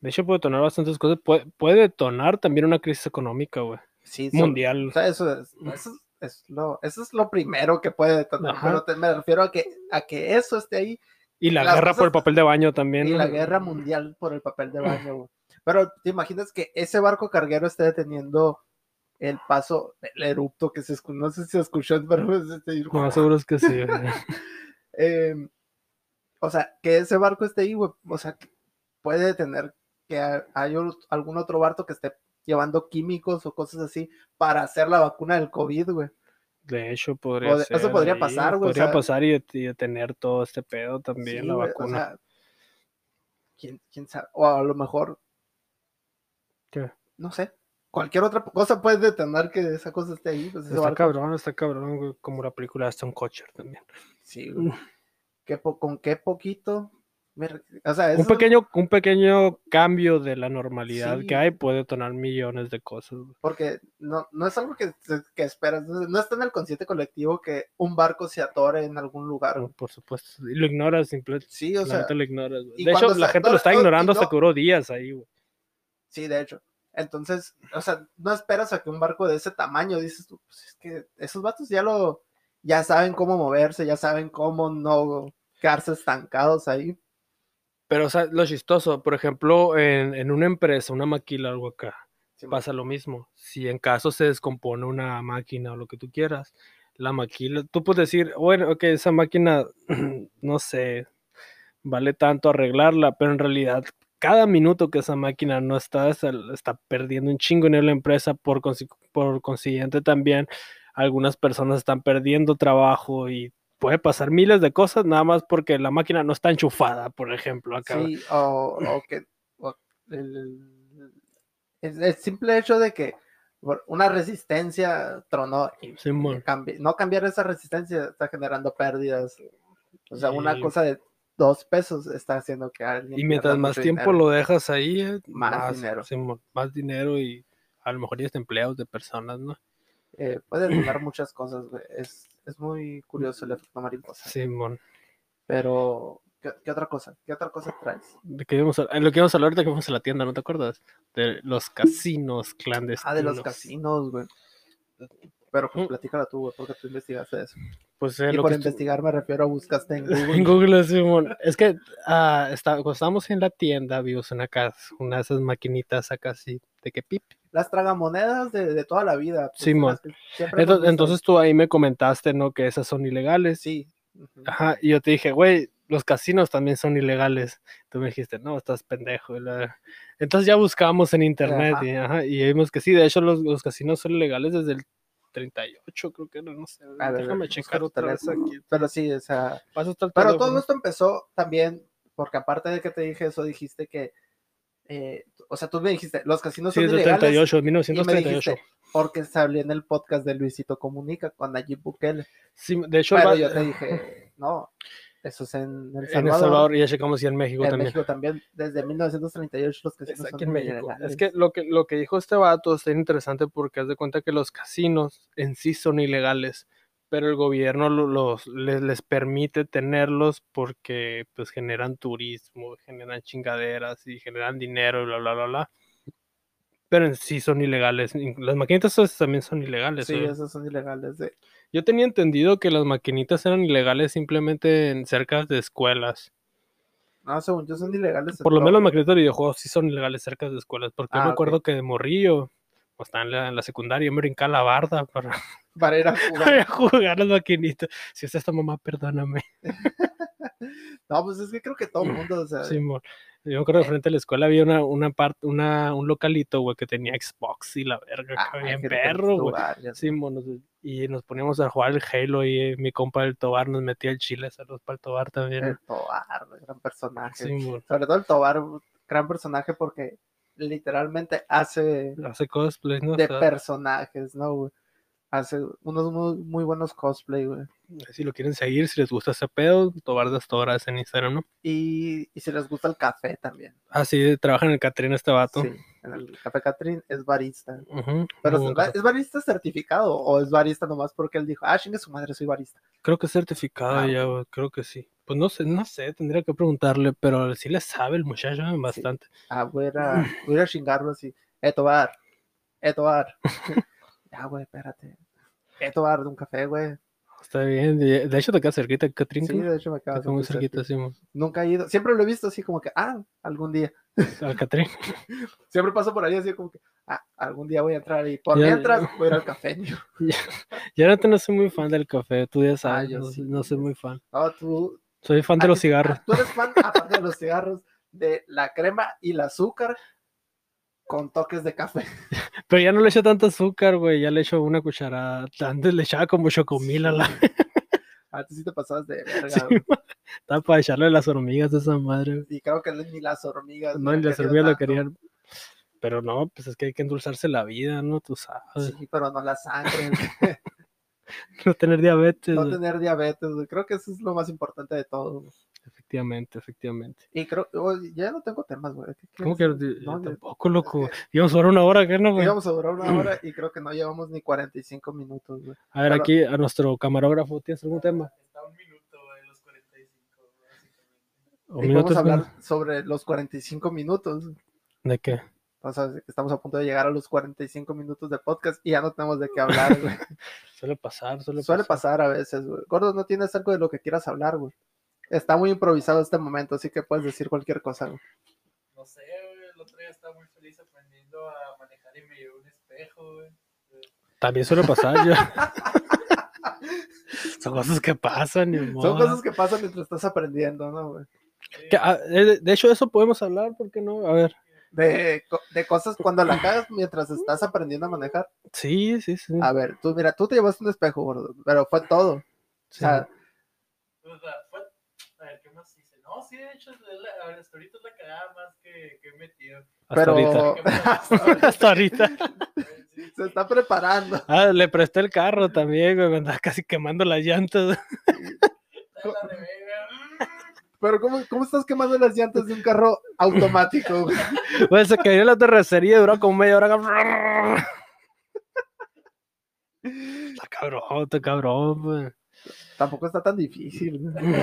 [SPEAKER 2] De hecho, puede detonar bastantes cosas. Puede, puede detonar también una crisis económica, güey.
[SPEAKER 1] Sí, so-
[SPEAKER 2] Mundial.
[SPEAKER 1] O sea, eso es, eso es- es lo, eso es lo primero que puede detonar,
[SPEAKER 2] Ajá.
[SPEAKER 1] pero te- me refiero a que, a que eso esté ahí
[SPEAKER 2] y la
[SPEAKER 1] las
[SPEAKER 2] guerra por el
[SPEAKER 1] cosas-
[SPEAKER 2] papel de baño también.
[SPEAKER 1] Y
[SPEAKER 2] ¿no?
[SPEAKER 1] la
[SPEAKER 2] Ah.
[SPEAKER 1] guerra mundial por el papel de baño. güey. Pero te imaginas que ese barco carguero esté deteniendo el paso, el erupto que se escuchó, no sé si se escuchó, pero es este-
[SPEAKER 2] No, seguro es que sí. güey.
[SPEAKER 1] Em, o sea, que ese barco esté ahí, güey, o sea, que puede detener que ha- hay o- algún otro barco que esté llevando químicos o cosas así para hacer la vacuna del COVID, güey.
[SPEAKER 2] De hecho, podría
[SPEAKER 1] Pod- eso
[SPEAKER 2] ser
[SPEAKER 1] podría
[SPEAKER 2] ahí,
[SPEAKER 1] pasar, güey, o
[SPEAKER 2] Podría
[SPEAKER 1] sea-
[SPEAKER 2] pasar y, y detener todo este pedo también,
[SPEAKER 1] Sí,
[SPEAKER 2] la
[SPEAKER 1] güey, o
[SPEAKER 2] vacuna.
[SPEAKER 1] sea, ¿quién, quién sabe? O a lo mejor.
[SPEAKER 2] ¿Qué?
[SPEAKER 1] No sé. Cualquier otra cosa puede detener que esa cosa esté ahí. Pues ese
[SPEAKER 2] está
[SPEAKER 1] barco.
[SPEAKER 2] cabrón, está cabrón, güey, como la película de Aston Kutcher también.
[SPEAKER 1] Sí, güey.
[SPEAKER 2] Mm.
[SPEAKER 1] Qué po- con qué poquito. Mira, o sea,
[SPEAKER 2] Un
[SPEAKER 1] eso-
[SPEAKER 2] pequeño, un pequeño cambio de la normalidad
[SPEAKER 1] Sí.
[SPEAKER 2] que hay puede detonar millones de cosas. güey.
[SPEAKER 1] Porque no, no es algo que, que esperas. No no está en el consciente colectivo que un barco se atore en algún lugar.
[SPEAKER 2] Pero,
[SPEAKER 1] güey.
[SPEAKER 2] por supuesto, y lo ignoras, simple,
[SPEAKER 1] Sí, o
[SPEAKER 2] la
[SPEAKER 1] sea,
[SPEAKER 2] neta lo ignoras. güey.
[SPEAKER 1] y
[SPEAKER 2] De hecho,
[SPEAKER 1] cuando
[SPEAKER 2] la
[SPEAKER 1] se-
[SPEAKER 2] gente
[SPEAKER 1] no,
[SPEAKER 2] lo está
[SPEAKER 1] no, y
[SPEAKER 2] ignorando hasta
[SPEAKER 1] no-
[SPEAKER 2] que duró días ahí, güey.
[SPEAKER 1] sí, de hecho. Entonces, o sea, no esperas a que un barco de ese tamaño, dices tú, pues es que esos vatos ya lo, ya saben cómo moverse, ya saben cómo no quedarse estancados ahí.
[SPEAKER 2] Pero, o sea, lo chistoso, por ejemplo, en, en una empresa, una maquila o algo acá,
[SPEAKER 1] Sí,
[SPEAKER 2] pasa lo mismo. Si en caso se descompone una máquina o lo que tú quieras, la maquila, tú puedes decir, bueno, ok, esa máquina, no sé, vale tanto arreglarla, pero en realidad cada minuto que esa máquina no está, está, está perdiendo un chingo en la empresa, por, consi- por consiguiente también algunas personas están perdiendo trabajo y puede pasar miles de cosas nada más porque la máquina no está enchufada, por ejemplo, acá.
[SPEAKER 1] Sí, o, o que o el, el- el simple hecho de que por una resistencia tronó y
[SPEAKER 2] Simón.
[SPEAKER 1] cambi- no cambiar esa resistencia está generando pérdidas. O sea, una
[SPEAKER 2] Y-
[SPEAKER 1] cosa de dos pesos está haciendo que alguien.
[SPEAKER 2] Y mientras
[SPEAKER 1] pierda
[SPEAKER 2] más
[SPEAKER 1] mucho
[SPEAKER 2] tiempo
[SPEAKER 1] dinero.
[SPEAKER 2] lo dejas ahí, eh,
[SPEAKER 1] Más dinero.
[SPEAKER 2] Simón, más dinero y a lo mejor ya empleados de personas, ¿no?
[SPEAKER 1] eh, puede detonar muchas cosas, güey. Es, es muy curioso el efecto mariposa.
[SPEAKER 2] Simón.
[SPEAKER 1] Pero, ¿qué, qué otra cosa? ¿Qué otra cosa traes?
[SPEAKER 2] ¿De qué íbamos a- en lo que íbamos a hablar ahorita que fuimos a la tienda, ¿no te acuerdas? De los casinos clandestinos.
[SPEAKER 1] Ah, de los casinos, güey. Pero pues
[SPEAKER 2] Mm.
[SPEAKER 1] platícala tú, güey, porque tú investigaste eso.
[SPEAKER 2] Pues eh,
[SPEAKER 1] y
[SPEAKER 2] lo
[SPEAKER 1] por
[SPEAKER 2] que estu-
[SPEAKER 1] investigar me refiero a buscaste en Google.
[SPEAKER 2] En Google, Simón. Es que ah, está- cuando estábamos en la tienda, vimos una, ca- una de esas maquinitas acá así, de que pip.
[SPEAKER 1] Las tragamonedas de, de toda la vida. pues,
[SPEAKER 2] Simón.
[SPEAKER 1] las que siempre hemos
[SPEAKER 2] Entonces,
[SPEAKER 1] visto.
[SPEAKER 2] entonces tú ahí me comentaste, ¿no? Que esas son ilegales.
[SPEAKER 1] Sí. ujú.
[SPEAKER 2] Ajá, y yo te dije, güey, los casinos también son ilegales. Tú me dijiste, no, estás pendejo. y la- Entonces ya buscamos en internet
[SPEAKER 1] Ajá.
[SPEAKER 2] y, ajá, y vimos que sí, de hecho los, los casinos son ilegales desde el 38, creo que era, no sé.
[SPEAKER 1] A ver,
[SPEAKER 2] déjame
[SPEAKER 1] busca
[SPEAKER 2] checar
[SPEAKER 1] tu
[SPEAKER 2] otra vez
[SPEAKER 1] teléfono.
[SPEAKER 2] aquí.
[SPEAKER 1] Pero sí, o sea,
[SPEAKER 2] Paso hasta el
[SPEAKER 1] Pero
[SPEAKER 2] teléfono.
[SPEAKER 1] todo esto empezó también, porque aparte de que te dije eso, dijiste que eh, o sea, tú me dijiste, los casinos son ilegales.
[SPEAKER 2] 1938,
[SPEAKER 1] Y me
[SPEAKER 2] 1938.
[SPEAKER 1] dijiste, porque salió en el podcast de Luisito Comunica con Nayib Bukele.
[SPEAKER 2] Sí, de hecho,
[SPEAKER 1] Pero
[SPEAKER 2] va-
[SPEAKER 1] yo te dije, no, eso es en El Salvador.
[SPEAKER 2] en El Salvador y ya checamos y en México
[SPEAKER 1] en
[SPEAKER 2] también.
[SPEAKER 1] México también, desde 1938 los casinos
[SPEAKER 2] Es
[SPEAKER 1] son
[SPEAKER 2] aquí en México.
[SPEAKER 1] ilegales.
[SPEAKER 2] Es que lo, que lo que dijo este vato está interesante porque haz de cuenta que los casinos en sí son ilegales, pero el gobierno lo- los, les, les permite tenerlos porque pues generan turismo, generan chingaderas y generan dinero y bla, bla, bla, bla. Pero en sí son ilegales. Inc- Las maquinitas esas también son ilegales.
[SPEAKER 1] Sí,
[SPEAKER 2] oye.
[SPEAKER 1] esos son ilegales. de-
[SPEAKER 2] Yo tenía entendido que las maquinitas eran ilegales simplemente en cerca de escuelas.
[SPEAKER 1] No, según yo son ilegales. en
[SPEAKER 2] Por lo
[SPEAKER 1] todo.
[SPEAKER 2] menos los maquinitas de videojuegos sí son ilegales cerca de escuelas, porque yo
[SPEAKER 1] Ah,
[SPEAKER 2] me
[SPEAKER 1] ok.
[SPEAKER 2] acuerdo que de morrillo, o estaba en la, en la secundaria, yo me brincaba la barda para,
[SPEAKER 1] Para ir a
[SPEAKER 2] para
[SPEAKER 1] jugar.
[SPEAKER 2] ir a jugar a las maquinitas. Si es esta mamá, perdóname,
[SPEAKER 1] No, pues es que creo que todo el mundo, o sea,
[SPEAKER 2] Simón. Yo me acuerdo de frente a la escuela había una, una parte, una, un localito, güey, que tenía Xbox y la verga,
[SPEAKER 1] ah,
[SPEAKER 2] que había en
[SPEAKER 1] creo que
[SPEAKER 2] perro,
[SPEAKER 1] los
[SPEAKER 2] güey.
[SPEAKER 1] lugares.
[SPEAKER 2] Simón, nos- y nos poníamos a jugar el Halo y eh, mi compa del Tobar nos metía el chile, saludos para el Tobar también. eh,
[SPEAKER 1] El Tobar, ah, gran personaje.
[SPEAKER 2] Simón,
[SPEAKER 1] Sobre todo el Tobar, gran personaje porque literalmente hace
[SPEAKER 2] hace cosplay, ¿no?
[SPEAKER 1] de
[SPEAKER 2] Está-
[SPEAKER 1] personajes, ¿no, güey? Hace unos muy, muy buenos cosplay, güey.
[SPEAKER 2] si lo quieren seguir, si les gusta ese pedo, Tobar de Astoras en Instagram, ¿no?
[SPEAKER 1] Y, y si les gusta el café también.
[SPEAKER 2] Ah, sí, trabaja en el Catrina este vato.
[SPEAKER 1] Sí, en el Café Catrín es barista.
[SPEAKER 2] Ujú,
[SPEAKER 1] Pero
[SPEAKER 2] muy
[SPEAKER 1] ¿es,
[SPEAKER 2] buen
[SPEAKER 1] ba-
[SPEAKER 2] caso.
[SPEAKER 1] ¿es barista certificado o es barista nomás porque él dijo, ah, chingue su madre, soy barista?
[SPEAKER 2] Creo que es certificado
[SPEAKER 1] Ah,
[SPEAKER 2] ya, güey, creo que sí. Pues no sé, no sé, tendría que preguntarle, pero sí le sabe el muchacho ¿eh? bastante.
[SPEAKER 1] Ah, voy a, ir a- voy a ir a chingarlo así. Eh, Tobar. Eh, Tobar. ya, güey, espérate. Eh, Tobar, de un café, güey.
[SPEAKER 2] Está bien, de de hecho te queda cerquita, Catrín.
[SPEAKER 1] Sí,
[SPEAKER 2] ¿no?
[SPEAKER 1] de hecho me
[SPEAKER 2] Te
[SPEAKER 1] acabas
[SPEAKER 2] queda muy cerquita, sí, mo.
[SPEAKER 1] Nunca he ido. Siempre lo he visto así como que, ah, algún día.
[SPEAKER 2] al Catrín.
[SPEAKER 1] Siempre paso por ahí así como que, ah, algún día voy a entrar y por
[SPEAKER 2] Ya-
[SPEAKER 1] mientras voy a ir al café. niño.
[SPEAKER 2] Yo ahorita no soy muy fan del café, tú ya sabes,
[SPEAKER 1] Ah, yo
[SPEAKER 2] no,
[SPEAKER 1] sí,
[SPEAKER 2] no soy muy fan.
[SPEAKER 1] No, tú.
[SPEAKER 2] Soy fan de los
[SPEAKER 1] ah,
[SPEAKER 2] cigarros.
[SPEAKER 1] Tú eres fan, aparte de los cigarros, de la crema y el azúcar con toques de café. Ah.
[SPEAKER 2] Pero ya no le echo tanto azúcar, güey, ya le echo una cucharada. Antes le echaba como chocomil a la...
[SPEAKER 1] Antes sí te pasabas de verga,
[SPEAKER 2] Sí,
[SPEAKER 1] güey.
[SPEAKER 2] Estaba para echarle las hormigas de esa madre, güey.
[SPEAKER 1] Y creo que ni las hormigas.
[SPEAKER 2] No,
[SPEAKER 1] lo
[SPEAKER 2] ni las
[SPEAKER 1] querían
[SPEAKER 2] hormigas lo
[SPEAKER 1] tanto.
[SPEAKER 2] querían. Pero no, pues es que hay que endulzarse la vida, ¿no? Tú sabes.
[SPEAKER 1] Sí, pero no la sangre.
[SPEAKER 2] No tener diabetes.
[SPEAKER 1] no
[SPEAKER 2] güey.
[SPEAKER 1] tener diabetes, güey. creo que eso es lo más importante de todo. güey.
[SPEAKER 2] Efectivamente, efectivamente.
[SPEAKER 1] Y creo, oye, ya no tengo temas, güey. ¿Qué
[SPEAKER 2] ¿Cómo que
[SPEAKER 1] quieres?
[SPEAKER 2] yo
[SPEAKER 1] No, yo-
[SPEAKER 2] tampoco, loco?
[SPEAKER 1] es
[SPEAKER 2] Íbamos a durar una hora, ¿qué no, güey?
[SPEAKER 1] Íbamos a durar una hora y creo que no llevamos ni 45 minutos, güey.
[SPEAKER 2] A ver,
[SPEAKER 1] pero-
[SPEAKER 2] aquí a nuestro camarógrafo, ¿tienes algún tema?
[SPEAKER 3] Está un minuto, güey, los 45, básicamente.
[SPEAKER 1] Y
[SPEAKER 2] ¿O
[SPEAKER 1] vamos
[SPEAKER 2] minutos,
[SPEAKER 1] a hablar
[SPEAKER 2] güey?
[SPEAKER 1] sobre los 45 minutos.
[SPEAKER 2] ¿De qué?
[SPEAKER 1] O sea, que estamos a punto de llegar a los 45 minutos de podcast y ya no tenemos de qué hablar, güey.
[SPEAKER 2] Suele pasar, suele,
[SPEAKER 1] Suele
[SPEAKER 2] pasar.
[SPEAKER 1] pasar a veces, güey. Gordo, no tienes algo de lo que quieras hablar, güey. Está muy improvisado este momento, así que puedes decir cualquier cosa, güey.
[SPEAKER 3] No sé, güey, el otro día estaba muy feliz aprendiendo a manejar y me llevé un espejo, güey.
[SPEAKER 2] También suele pasar, yo. Son cosas que pasan, ni modo.
[SPEAKER 1] Son cosas que pasan mientras estás aprendiendo, ¿no, güey?
[SPEAKER 3] Sí,
[SPEAKER 2] Que, ah, eh, de- de hecho, eso podemos hablar, ¿por qué no? A ver.
[SPEAKER 1] De, co- de cosas cuando la cagas mientras estás aprendiendo a manejar.
[SPEAKER 2] Sí, sí, sí.
[SPEAKER 1] A ver, tú, mira, tú te llevaste un espejo, gordo, pero fue todo. O
[SPEAKER 2] sí.
[SPEAKER 1] sea,
[SPEAKER 3] O sea, fue... A ver, ¿qué más hice? No, sí, de hecho, es la- a ver, hasta ahorita es la cagada más que, que he metido.
[SPEAKER 2] Hasta
[SPEAKER 1] pero-
[SPEAKER 2] ahorita. Hasta ahorita.
[SPEAKER 3] Sí,
[SPEAKER 1] se está preparando.
[SPEAKER 2] Ah, le presté el carro también, güey. Me andaba casi quemando las llantas.
[SPEAKER 3] está la de verga.
[SPEAKER 1] Pero, ¿cómo, cómo estás quemando las llantas de un carro automático? güey?
[SPEAKER 2] Güey, se cayó en la terracería y duró como media hora. Está cabrón, está cabrón, güey.
[SPEAKER 1] Tampoco está tan difícil. güey.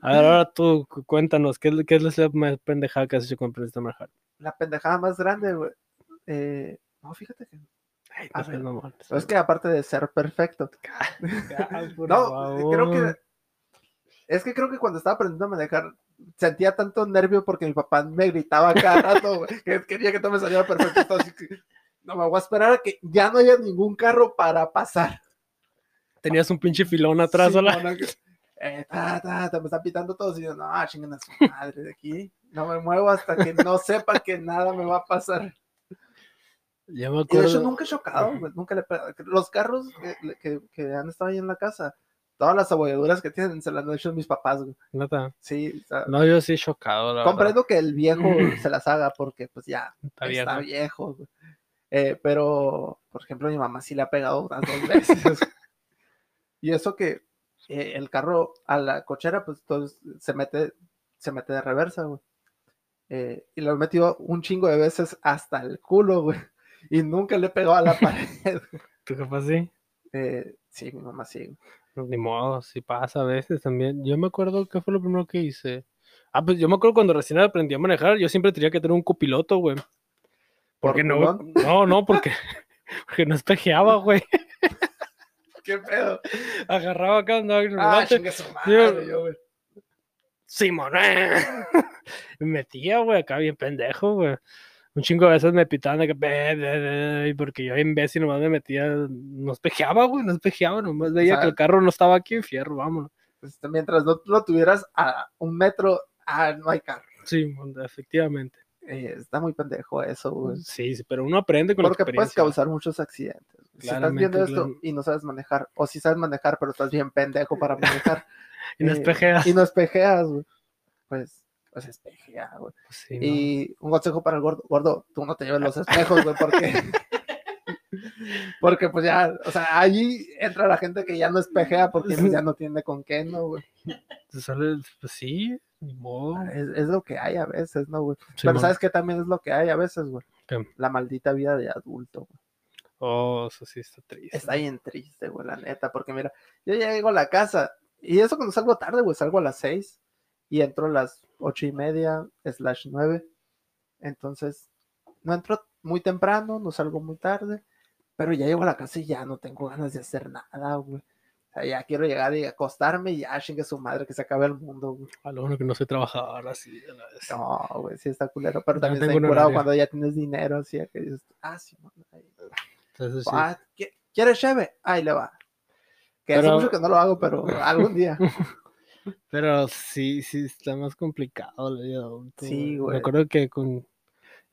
[SPEAKER 2] A ver, ahora tú cu- cuéntanos, ¿qué, es- qué es la más pendejada que has hecho con Prince Marhart?
[SPEAKER 1] La pendejada más grande, güey. Eh, no, fíjate que.
[SPEAKER 2] Ay,
[SPEAKER 1] A
[SPEAKER 2] no seas
[SPEAKER 1] ver,
[SPEAKER 2] mamón.
[SPEAKER 1] Ah, Es que aparte de ser perfecto.
[SPEAKER 2] Ya, por
[SPEAKER 1] No, creo
[SPEAKER 2] favor.
[SPEAKER 1] que. Es que creo que cuando estaba aprendiendo a manejar, sentía tanto nervio porque mi papá me gritaba cada rato, güey, que quería que todo me saliera perfecto. Entonces, así que, no, me voy a esperar a que ya no haya ningún carro para pasar.
[SPEAKER 2] Tenías un pinche filón atrás,
[SPEAKER 1] Sí,
[SPEAKER 2] hola.
[SPEAKER 1] no, no, que- eh, ta, ta, ta, me están pitando todos y yo, no, chingan a su madre de aquí. No me muevo hasta que no sepa que nada me va a pasar.
[SPEAKER 2] Ya
[SPEAKER 1] Y
[SPEAKER 2] me
[SPEAKER 1] de hecho
[SPEAKER 2] acuerdo.
[SPEAKER 1] nunca he chocado, güey, nunca le he pegado. Los carros que, que- que han estado ahí en la casa Todas las abolladuras que tienen se las han hecho mis papás, güey.
[SPEAKER 2] Neta.
[SPEAKER 1] Sí, o sea,
[SPEAKER 2] No, yo sí chocado, la
[SPEAKER 1] comprendo que el viejo se las haga porque, pues ya, está
[SPEAKER 2] verdad.
[SPEAKER 1] viejo.
[SPEAKER 2] Está
[SPEAKER 1] güey. Eh, pero, por ejemplo, mi mamá sí le ha pegado unas dos veces. y eso que eh, el carro a la cochera, pues entonces se mete, se mete de reversa, güey. Eh, y lo he metido un chingo de veces hasta el culo, güey. Y nunca le he pegado a la pared.
[SPEAKER 2] ¿Tú capaz sí?
[SPEAKER 1] Eh, sí, mi mamá sí. güey.
[SPEAKER 2] pues, Ni modo, sí pasa a veces también. Yo me acuerdo que fue lo primero que hice. Ah, pues yo me acuerdo cuando recién aprendí a manejar, yo siempre tenía que tener un copiloto, güey.
[SPEAKER 1] ¿Por
[SPEAKER 2] Porque no,
[SPEAKER 1] culón?
[SPEAKER 2] no, no, porque, porque no espejeaba, güey.
[SPEAKER 1] ¿Qué pedo?
[SPEAKER 2] Agarraba acá, andaba en el
[SPEAKER 1] Ah,
[SPEAKER 2] volante.
[SPEAKER 1] chingue su madre,
[SPEAKER 2] Yo-
[SPEAKER 1] yo, güey.
[SPEAKER 2] Simón. me metía, güey, acá bien pendejo, güey. Un chingo de veces me pitaban de que, "Ve, ve, ve", y porque yo imbécil nomás me metía, no espejeaba, güey, no espejeaba, nomás veía que
[SPEAKER 1] sea-
[SPEAKER 2] el carro no estaba aquí, fierro, vámonos.
[SPEAKER 1] Pues, mientras no lo tuvieras a un metro, ah, no hay carro.
[SPEAKER 2] Sí, efectivamente.
[SPEAKER 1] Eh, está muy pendejo eso, güey.
[SPEAKER 2] Sí, sí, pero uno aprende con
[SPEAKER 1] pues. Porque pues,
[SPEAKER 2] la
[SPEAKER 1] puedes
[SPEAKER 2] experiencia.
[SPEAKER 1] causar muchos accidentes. Si estás
[SPEAKER 2] Claramente,
[SPEAKER 1] viendo esto
[SPEAKER 2] claro.
[SPEAKER 1] y no sabes manejar, o si sabes manejar, pero estás bien pendejo para manejar
[SPEAKER 2] Y no
[SPEAKER 1] eh,
[SPEAKER 2] espejeas.
[SPEAKER 1] y no espejeas, güey. Pues, pues espejea, güey.
[SPEAKER 2] Pues Sí, no.
[SPEAKER 1] Y un consejo para el gordo, gordo, tú no te lleves los espejos, güey, porque... Porque pues ya, o sea, allí entra la gente que ya no espejea porque pues, ya no tiene con qué, ¿no, güey?
[SPEAKER 2] Te sale- pues sí, ni modo.
[SPEAKER 1] Es, es lo que hay a veces, ¿no, güey? Pero
[SPEAKER 2] Simón.
[SPEAKER 1] ¿sabes que también es lo que hay a veces, güey?
[SPEAKER 2] ¿Qué?
[SPEAKER 1] La maldita vida de adulto, güey.
[SPEAKER 2] Oh, eso sí está triste.
[SPEAKER 1] Está bien triste, güey, la neta, porque mira, yo ya llego a la casa y eso cuando salgo tarde, güey, salgo a las seis y entro a las ocho y media, slash nueve. Entonces, no entro muy temprano, no salgo muy tarde, pero ya llego a la casa y ya no tengo ganas de hacer nada, güey. O sea, ya quiero llegar y acostarme y ya chingue su madre que se acabe el mundo, güey.
[SPEAKER 2] A lo bueno que no soy trabajador así. a la vez.
[SPEAKER 1] No, güey, sí está culero, pero
[SPEAKER 2] Ya
[SPEAKER 1] también está
[SPEAKER 2] tengo un
[SPEAKER 1] bien curado
[SPEAKER 2] horario.
[SPEAKER 1] cuando ya tienes dinero, así que dices, ah, sí, mon, ahí.
[SPEAKER 2] Entonces, sí.
[SPEAKER 1] Ah, ¿qui- ¿Quieres cheve? Ahí le va. Que hace
[SPEAKER 2] Pero-
[SPEAKER 1] mucho que no lo hago, pero algún día.
[SPEAKER 2] Pero sí, sí, está más complicado la vida de adulto.
[SPEAKER 1] Sí, güey.
[SPEAKER 2] Me acuerdo que con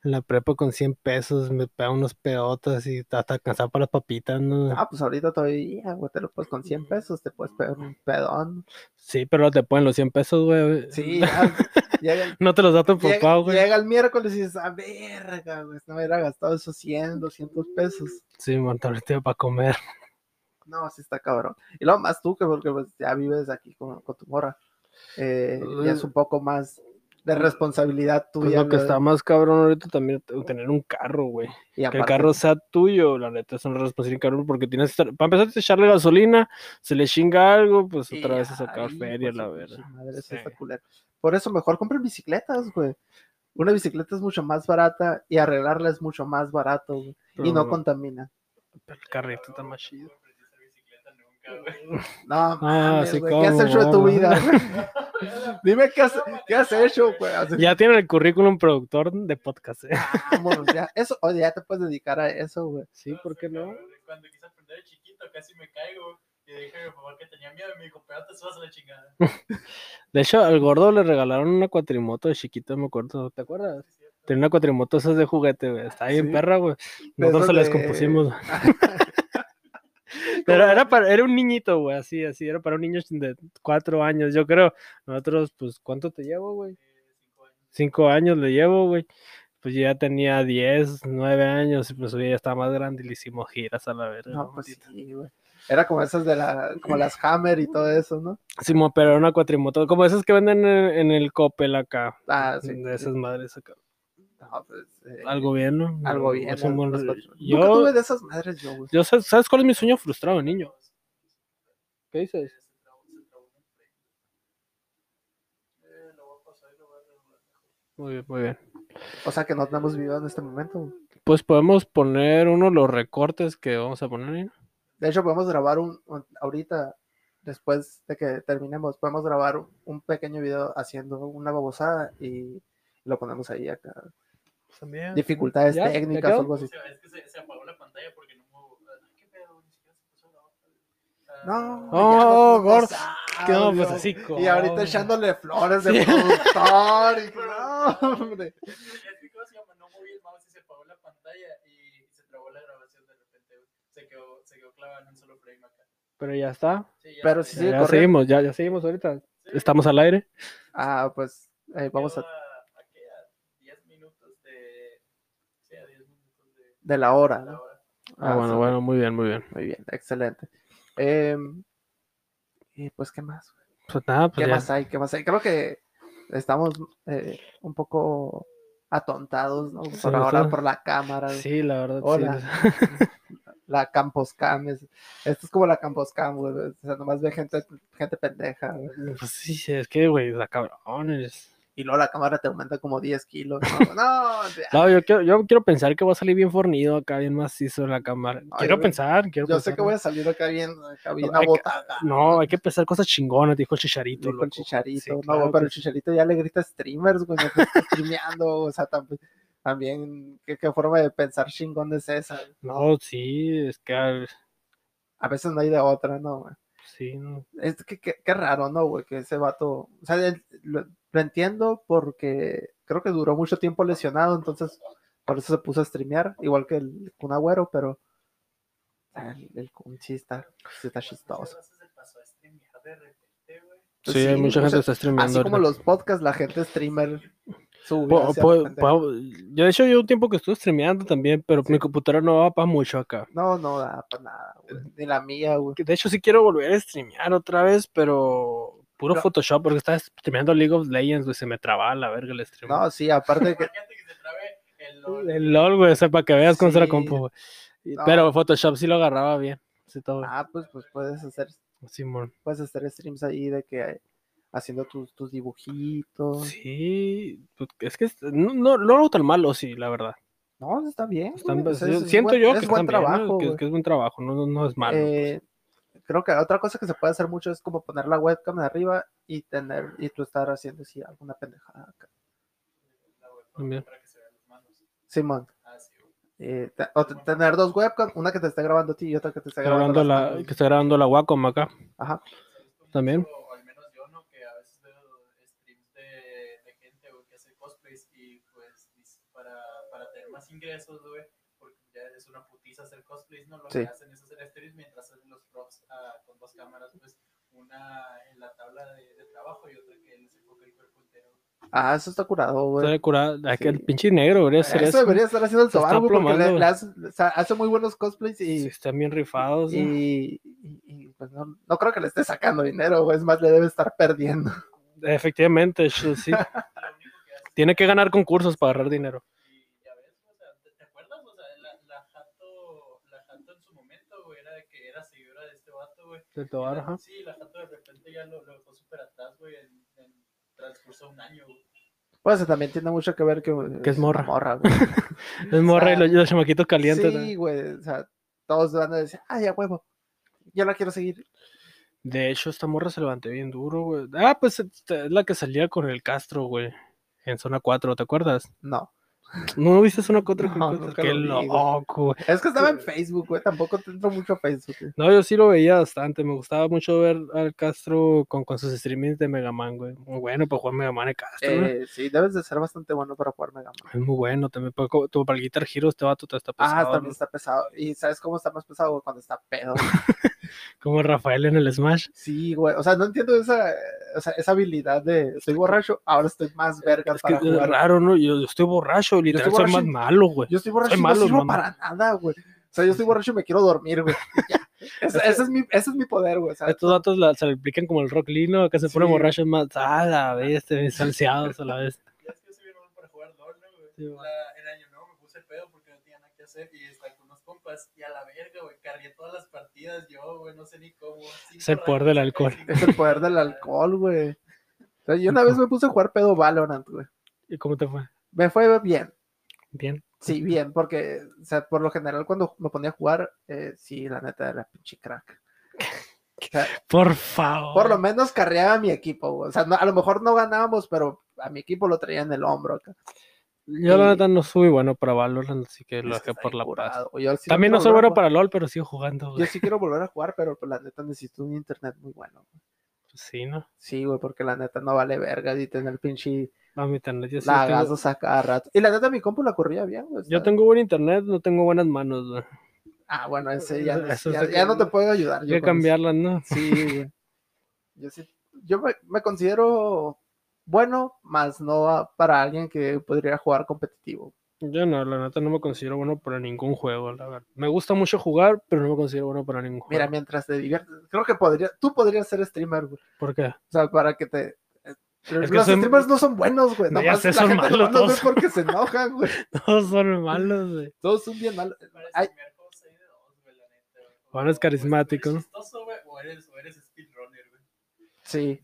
[SPEAKER 2] en la prepa con 100 pesos me pegaba unos pedotas y hasta cansaba para las papitas, ¿no?
[SPEAKER 1] Ah, pues ahorita todavía, güey, te lo puedes con 100 pesos, te puedes pegar un pedón.
[SPEAKER 2] Sí, pero te ponen los 100 pesos, güey.
[SPEAKER 1] Sí, ya, llega, el-
[SPEAKER 2] No te los da tu
[SPEAKER 1] llega-
[SPEAKER 2] papá, güey.
[SPEAKER 1] llega el miércoles y dices, a verga, güey, no me hubiera gastado esos 100, 200 pesos.
[SPEAKER 2] Sí, montabletea para comer.
[SPEAKER 1] No, sí está cabrón. Y lo más tú, que porque pues, ya vives aquí con, con tu morra. Eh, ya es un poco más de responsabilidad
[SPEAKER 2] Pues
[SPEAKER 1] tuya.
[SPEAKER 2] lo que
[SPEAKER 1] güey,
[SPEAKER 2] está más cabrón ahorita también es tener un carro, güey.
[SPEAKER 1] y
[SPEAKER 2] Que
[SPEAKER 1] aparte,
[SPEAKER 2] el carro sea tuyo, la neta, es una responsabilidad, cabrón, porque tienes que estar- Para empezar, a echarle gasolina, se le chinga algo, pues otra vez a sacar
[SPEAKER 1] ahí,
[SPEAKER 2] feria,
[SPEAKER 1] hijo de
[SPEAKER 2] la
[SPEAKER 1] su
[SPEAKER 2] verdad.
[SPEAKER 1] pinche madre, eso
[SPEAKER 2] Sí.
[SPEAKER 1] está culero. Por eso mejor compren bicicletas, güey. Una bicicleta es mucho más barata y arreglarla es mucho más barato, güey. Y no
[SPEAKER 2] Pero-
[SPEAKER 1] contamina.
[SPEAKER 2] pero el carrito está más chido.
[SPEAKER 3] No aprendí esa bicicleta nunca, güey.
[SPEAKER 1] No, mames,
[SPEAKER 2] Ah, sí,
[SPEAKER 1] güey, ¿qué has
[SPEAKER 2] cómo
[SPEAKER 1] hecho de
[SPEAKER 2] no,
[SPEAKER 1] tu
[SPEAKER 2] güey.
[SPEAKER 1] vida? güey? Dime qué has, qué has hecho, güey. Así,
[SPEAKER 2] Ya tienen el currículum productor de podcast, ¿eh?
[SPEAKER 1] vámonos, ya. Eso, oye, ya te puedes dedicar a eso, güey.
[SPEAKER 2] Sí, ¿por qué no?
[SPEAKER 3] Cuando quise aprender de chiquito, casi me caigo. Y dije a mi papá que tenía miedo y me dijo, pero te subas a la chingada.
[SPEAKER 2] De hecho, al gordo le regalaron una cuatrimoto de chiquito, me acuerdo. ¿Te acuerdas? Tenía una cuatrimoto esas de juguete, güey. Está bien
[SPEAKER 1] Sí.
[SPEAKER 2] perra, güey. Nosotros
[SPEAKER 1] esas
[SPEAKER 2] se la
[SPEAKER 1] de-
[SPEAKER 2] descompusimos. Pero era, para, era un niñito, güey, así, así. Era para un niño de cuatro años, yo creo. Nosotros, pues, ¿cuánto te llevo, güey?
[SPEAKER 3] Eh, cinco años.
[SPEAKER 2] cinco años le llevo, güey. Pues yo ya tenía 10, 9 años y pues yo ya estaba más grande y le hicimos giras a la verga.
[SPEAKER 1] No,
[SPEAKER 2] No,
[SPEAKER 1] pues sí, güey. Era como esas de la, como las Hammer y todo eso, ¿no?
[SPEAKER 2] Simón, pero era una cuatrimoto, como esas que venden en, en el Coppel acá.
[SPEAKER 1] Ah, sí.
[SPEAKER 2] De esas madres acá.
[SPEAKER 1] No, pues, eh,
[SPEAKER 2] Al gobierno.
[SPEAKER 1] al
[SPEAKER 2] no,
[SPEAKER 1] gobierno,
[SPEAKER 2] es un buen
[SPEAKER 1] los
[SPEAKER 2] re-
[SPEAKER 1] cuatro- Nunca tuve
[SPEAKER 2] Yo,
[SPEAKER 1] de esas madres yo, güey.
[SPEAKER 2] yo sé- ¿sabes cuál es mi sueño frustrado, niño? ¿Qué
[SPEAKER 3] Eh,
[SPEAKER 2] dices?
[SPEAKER 3] se trabó- se trabó en el frame. Eh, lo voy a pasar y lo voy a arreglar.
[SPEAKER 2] Muy bien, muy bien.
[SPEAKER 1] O sea que no tenemos video en este momento. güey.
[SPEAKER 2] Pues podemos poner uno de los recortes que vamos a poner, niño.
[SPEAKER 1] De hecho, podemos grabar un, un- ahorita, después de que terminemos, podemos grabar un, un pequeño video haciendo una babosada y lo ponemos ahí acá.
[SPEAKER 2] También.
[SPEAKER 1] Dificultades
[SPEAKER 2] ¿Ya? ¿Ya
[SPEAKER 1] técnicas o
[SPEAKER 2] quedó?
[SPEAKER 1] algo así.
[SPEAKER 3] Se- Es que se, se apagó la pantalla porque no hubo. Ay, qué pedo, ni siquiera se puso la otra. Ah,
[SPEAKER 1] No, ya
[SPEAKER 2] Oh,
[SPEAKER 1] no
[SPEAKER 2] gordo.
[SPEAKER 1] podemos pasar,
[SPEAKER 2] Que no, pues
[SPEAKER 1] güey.
[SPEAKER 2] así
[SPEAKER 1] Ah, Y ahorita
[SPEAKER 2] como.
[SPEAKER 1] echándole flores de
[SPEAKER 2] Sí.
[SPEAKER 1] productor. y que, no, hombre.
[SPEAKER 3] Es que, ¿cómo se llama? No moví el mouse y se apagó la pantalla y, y se trabó la grabación de repente. güey. Se quedó, se quedó clavada en un solo frame acá.
[SPEAKER 2] Pero ya está.
[SPEAKER 3] Sí, ya,
[SPEAKER 1] Pero
[SPEAKER 3] sí,
[SPEAKER 1] sí,
[SPEAKER 2] ya
[SPEAKER 1] correcto.
[SPEAKER 2] seguimos, ya, ya seguimos ahorita.
[SPEAKER 3] sí.
[SPEAKER 2] Estamos al aire.
[SPEAKER 1] Ah, pues eh, vamos
[SPEAKER 3] Queda
[SPEAKER 1] a,
[SPEAKER 3] a qué, a 10 minutos de. Sí, a 10 minutos de.
[SPEAKER 1] de la hora.
[SPEAKER 3] de la
[SPEAKER 1] ¿no?
[SPEAKER 3] hora.
[SPEAKER 2] Ah,
[SPEAKER 1] Ah,
[SPEAKER 2] bueno,
[SPEAKER 1] sí.
[SPEAKER 2] bueno, muy bien, muy bien.
[SPEAKER 1] Muy bien, excelente. Em, y pues, ¿qué más?
[SPEAKER 2] Pues nada, pues
[SPEAKER 1] ¿Qué
[SPEAKER 2] ya.
[SPEAKER 1] más hay? ¿Qué más hay? Creo que estamos eh, un poco atontados, ¿no? Por
[SPEAKER 2] Sobre
[SPEAKER 1] ahora,
[SPEAKER 2] todo.
[SPEAKER 1] por la cámara,
[SPEAKER 2] Sí, la verdad,
[SPEAKER 1] Hola.
[SPEAKER 2] sí.
[SPEAKER 1] la Campos Cam. es- esto es como la Campos Cam, güey. O sea, nomás ve gente, gente pendeja. güey.
[SPEAKER 2] Pues sí, es que, güey, la cabrones.
[SPEAKER 1] Y luego la cámara te aumenta como 10 kilos. No, no ya.
[SPEAKER 2] No, yo quiero, yo quiero pensar que va a salir bien fornido acá, bien macizo en la cámara. Quiero
[SPEAKER 1] güey.
[SPEAKER 2] pensar, quiero
[SPEAKER 1] yo
[SPEAKER 2] pensar.
[SPEAKER 1] sé que voy a salir acá bien, acá bien
[SPEAKER 2] No, hay que-
[SPEAKER 1] abotada.
[SPEAKER 2] No, hay que pensar cosas chingonas, dijo el chicharito.
[SPEAKER 1] Dijo el
[SPEAKER 2] loco.
[SPEAKER 1] chicharito.
[SPEAKER 2] Sí,
[SPEAKER 1] no,
[SPEAKER 2] claro
[SPEAKER 1] güey, pero
[SPEAKER 2] que
[SPEAKER 1] el chicharito ya le grita streamers, güey, mientras está streameando. O sea, tam- también, ¿qué, qué forma de pensar chingón es esa. güey?
[SPEAKER 2] No, sí, es que al-
[SPEAKER 1] A veces no hay de otra, ¿no, güey?
[SPEAKER 2] sí, no.
[SPEAKER 1] Es que qué, qué raro, ¿no, güey? Que ese vato. O sea, él- lo, lo entiendo porque creo que duró mucho tiempo lesionado, entonces por eso se puso a streamear, igual que el Kun Agüero, pero. ah, El, el Kun sí está, sí está
[SPEAKER 3] Mucha
[SPEAKER 1] chistoso.
[SPEAKER 3] raza se pasó a streamear de repente, güey.
[SPEAKER 2] Sí,
[SPEAKER 1] Pues Sí,
[SPEAKER 2] hay mucha
[SPEAKER 1] o
[SPEAKER 2] gente
[SPEAKER 1] sea,
[SPEAKER 2] que está streameando.
[SPEAKER 1] Así como
[SPEAKER 2] ahorita.
[SPEAKER 1] los podcasts, la gente streamer sube.
[SPEAKER 2] Po-
[SPEAKER 1] hacia
[SPEAKER 2] po-
[SPEAKER 1] pendejo.
[SPEAKER 2] po- yo, de hecho, yo un tiempo que estuve streameando también, pero mi computadora no va para mucho acá.
[SPEAKER 1] No, no da para nada, güey. Ni la mía, güey.
[SPEAKER 2] Que De hecho, sí quiero volver a streamear otra vez, pero puro
[SPEAKER 1] No.
[SPEAKER 2] Photoshop, porque estaba streameando League of Legends, güey, se me trababa la verga el stream.
[SPEAKER 1] No, sí, aparte de que.
[SPEAKER 3] Imagínate que se trabe el LOL.
[SPEAKER 2] El LOL, güey, o sea, para que veas cómo se la
[SPEAKER 1] Sí.
[SPEAKER 2] compu, güey. Y-
[SPEAKER 1] No.
[SPEAKER 2] Pero Photoshop sí lo agarraba bien. Sí, todo.
[SPEAKER 1] Ah, pues, pues puedes hacer,
[SPEAKER 2] Simón.
[SPEAKER 1] puedes hacer streams ahí de que haciendo tus, tus dibujitos.
[SPEAKER 2] Sí, pues, es que es- no, no, no lo hago tan malo, sí, la verdad.
[SPEAKER 1] No, está bien.
[SPEAKER 2] Están-
[SPEAKER 1] güey, o sea,
[SPEAKER 2] pues, yo-
[SPEAKER 1] es- es
[SPEAKER 2] siento
[SPEAKER 1] buen-
[SPEAKER 2] yo
[SPEAKER 1] es
[SPEAKER 2] que
[SPEAKER 1] buen
[SPEAKER 2] están bien, ¿no?
[SPEAKER 1] trabajo.
[SPEAKER 2] que,
[SPEAKER 1] güey.
[SPEAKER 2] que es buen trabajo, no, no- no es malo. pues.
[SPEAKER 1] Eh, creo que otra cosa que se puede hacer mucho es como poner la webcam de arriba y tener y tú estar haciendo sí, alguna pendejada. acá.
[SPEAKER 3] La web,
[SPEAKER 2] También.
[SPEAKER 3] Para que se vean los manos.
[SPEAKER 1] Simón.
[SPEAKER 3] Ah, sí, güey.
[SPEAKER 1] eh, te- o te- tener dos webcams, una que te está grabando a ti y otra que te está
[SPEAKER 2] Está
[SPEAKER 1] grabando.
[SPEAKER 2] grabando
[SPEAKER 1] las
[SPEAKER 2] la,
[SPEAKER 1] manos.
[SPEAKER 2] que está grabando la Wacom acá.
[SPEAKER 1] Ajá.
[SPEAKER 3] ¿Sabes tú
[SPEAKER 2] También.
[SPEAKER 3] mucho? O al menos yo, ¿no? Que a veces veo streams de, de gente, güey, que hace cosplays y pues dice, para, para tener más ingresos, güey, porque ya es una putiza hacer cosplays, ¿no? Lo
[SPEAKER 1] Sí.
[SPEAKER 3] que hacen es hacer streams mientras hacen los props ah, con dos cámaras, pues una en la tabla de, de trabajo y otra que les enfoca el cuerpo entero.
[SPEAKER 1] Ah, eso está curado, güey.
[SPEAKER 2] Está curada. Ay, ah, que El
[SPEAKER 1] sí.
[SPEAKER 2] pinche negro debería
[SPEAKER 1] Eso
[SPEAKER 2] ser eso.
[SPEAKER 1] debería estar haciendo el
[SPEAKER 2] Se está
[SPEAKER 1] sobar, güey, porque
[SPEAKER 2] plomando.
[SPEAKER 1] le- le hace, o sea, hace muy buenos cosplays y,
[SPEAKER 2] Sí, están bien rifados. ¿no?
[SPEAKER 1] y- y- y, pues no, no creo que le esté sacando dinero, güey, es más, le debe estar perdiendo.
[SPEAKER 2] Efectivamente, sí. sí.
[SPEAKER 3] Lo único que hace
[SPEAKER 2] Tiene que ganar concursos para agarrar dinero.
[SPEAKER 3] Y ya ves, o sea, ¿te, te acuerdas? O sea, la, la Jato, la Jato en su momento, güey, era de que era seguidora de este vato, güey.
[SPEAKER 2] De
[SPEAKER 3] Y
[SPEAKER 2] Tobar,
[SPEAKER 3] la-
[SPEAKER 2] ajá.
[SPEAKER 3] Sí, la Jato de repente ya lo, lo dejó súper atrás, güey, en, en transcurso de un año, güey.
[SPEAKER 1] Pues también tiene mucho que ver que,
[SPEAKER 2] Que es
[SPEAKER 1] una
[SPEAKER 2] morra.
[SPEAKER 1] güey.
[SPEAKER 2] Es morra y
[SPEAKER 1] sea,
[SPEAKER 2] los, los chamaquitos calientes. ¿no?
[SPEAKER 1] Sí, güey, o sea, todos van a decir, ay, a huevo, yo la quiero seguir.
[SPEAKER 2] De hecho, esta morra se levanté bien duro, güey. Ah, pues este, es la que salía con el Castro, güey. En zona 4, ¿te acuerdas?
[SPEAKER 1] No,
[SPEAKER 2] ¿No viste zona 4?
[SPEAKER 1] No, nunca
[SPEAKER 2] Qué
[SPEAKER 1] lo vi, güey.
[SPEAKER 2] loco, güey.
[SPEAKER 1] es que estaba en Facebook, güey, tampoco te entro mucho a Facebook. eh. güey.
[SPEAKER 2] No, yo sí lo veía bastante. Me gustaba mucho ver al Castro con, con sus streamings de Mega Man, güey. Muy bueno para jugar Mega Man de Castro, güey.
[SPEAKER 1] Eh, sí, debes de ser bastante bueno para jugar Mega Man.
[SPEAKER 2] Es muy bueno también. Para, co- tu- para el Guitar Hero este vato te está
[SPEAKER 1] Ah,
[SPEAKER 2] pasando.
[SPEAKER 1] también está pesado. ¿Y sabes cómo está más pesado, güey? Cuando está pedo. güey.
[SPEAKER 2] Como Rafael en el Smash.
[SPEAKER 1] Sí, güey. O sea, no entiendo esa, o sea, esa habilidad de estoy borracho, ahora estoy más verga
[SPEAKER 2] Es que
[SPEAKER 1] para
[SPEAKER 2] es
[SPEAKER 1] jugar.
[SPEAKER 2] raro, ¿no? Yo, yo estoy borracho, literal,
[SPEAKER 1] estoy
[SPEAKER 2] soy
[SPEAKER 1] borracho y-
[SPEAKER 2] más malo, güey.
[SPEAKER 1] Yo estoy borracho y no
[SPEAKER 2] malo,
[SPEAKER 1] sirvo
[SPEAKER 2] mamá.
[SPEAKER 1] para nada, güey. O sea, yo estoy borracho y me quiero dormir, güey. y ya. Es- ese, es mi, ese es mi poder, güey. O sea,
[SPEAKER 2] Estos datos la- se le aplican como el rock lino, que se pone
[SPEAKER 1] Sí.
[SPEAKER 2] borracho más. Ah, la bestia, distanciados a la vez.
[SPEAKER 3] Ya es que yo soy bien bueno para jugar LOL, ¿no, güey?
[SPEAKER 2] Sí, güey.
[SPEAKER 3] La- el año nuevo me puse pedo porque no tenía nada que hacer y estaba con unos compas y a la verga, güey, cargué todas las partidas yo, güey, no sé ni cómo. Cinco
[SPEAKER 2] Es el poder del
[SPEAKER 3] rankings, güey,
[SPEAKER 2] alcohol.
[SPEAKER 1] es el poder del alcohol, güey. O sea, yo una vez me puse a jugar pedo Valorant, güey.
[SPEAKER 2] ¿Y cómo te fue?
[SPEAKER 1] Me fue bien.
[SPEAKER 2] Bien.
[SPEAKER 1] Sí, bien, porque, o sea, por lo general cuando me ponía a jugar, eh, sí, la neta era pinche crack. O sea,
[SPEAKER 2] Por favor.
[SPEAKER 1] Por lo menos carreaba a mi equipo, güey. O sea, no- a lo mejor no ganábamos, pero a mi equipo lo traía en el hombro. acá.
[SPEAKER 2] Yo la
[SPEAKER 1] y-
[SPEAKER 2] neta no soy bueno para Valorant, así que lo
[SPEAKER 1] Es que
[SPEAKER 2] dejé
[SPEAKER 1] está
[SPEAKER 2] por
[SPEAKER 1] bien
[SPEAKER 2] la paz.
[SPEAKER 1] curado. Yo sí
[SPEAKER 2] También
[SPEAKER 1] quiero
[SPEAKER 2] no soy
[SPEAKER 1] volver a
[SPEAKER 2] bueno para LOL, pero sigo jugando,
[SPEAKER 1] jugar. Yo
[SPEAKER 2] güey.
[SPEAKER 1] sí quiero volver a jugar, pero pues, la neta necesito un internet muy bueno. güey.
[SPEAKER 2] Pues Sí, ¿no?
[SPEAKER 1] Sí, güey, porque la neta no vale verga y tener pinche
[SPEAKER 2] A mi internet yo sí lo tengo-
[SPEAKER 1] lagazos a cada rato. Y la neta mi compu la corría bien, güey. o sea,
[SPEAKER 2] Yo tengo buen internet, no tengo buenas manos, güey.
[SPEAKER 1] Ah, bueno, ese ya, no-
[SPEAKER 2] Eso
[SPEAKER 1] ya,
[SPEAKER 2] se-
[SPEAKER 1] ya no te puedo ayudar.
[SPEAKER 2] Hay
[SPEAKER 1] yo
[SPEAKER 2] que
[SPEAKER 1] con eso.
[SPEAKER 2] cambiarla, ¿no?
[SPEAKER 1] Sí, güey. Yo sí, yo me, me considero bueno, más no a- para alguien que podría jugar competitivo.
[SPEAKER 2] Yo no, la neta no me considero bueno para ningún juego, la verdad. Me gusta mucho jugar, pero no me considero bueno para ningún juego.
[SPEAKER 1] Mira, mientras te diviertes, creo que podría, tú podrías ser streamer, güey.
[SPEAKER 2] ¿Por qué?
[SPEAKER 1] O sea, para que te. eh,
[SPEAKER 2] Es que
[SPEAKER 1] los
[SPEAKER 2] soy-
[SPEAKER 1] streamers no son buenos, güey.
[SPEAKER 2] No, ya
[SPEAKER 1] nomás
[SPEAKER 2] sé,
[SPEAKER 1] la
[SPEAKER 2] son
[SPEAKER 1] gente los
[SPEAKER 2] malos
[SPEAKER 1] conoce
[SPEAKER 2] todos.
[SPEAKER 1] porque se enojan, güey.
[SPEAKER 2] Todos son malos, güey.
[SPEAKER 1] Todos son bien malos.
[SPEAKER 3] Para
[SPEAKER 1] Ay.
[SPEAKER 3] streamear juegos hay de dos, güey, la neta. güey.
[SPEAKER 2] O eres
[SPEAKER 3] O- o
[SPEAKER 2] carismático, ¿no?
[SPEAKER 3] ¿Eres chistoso, güey? O eres, o eres speedrunner, güey.
[SPEAKER 1] Sí.
[SPEAKER 3] Sí.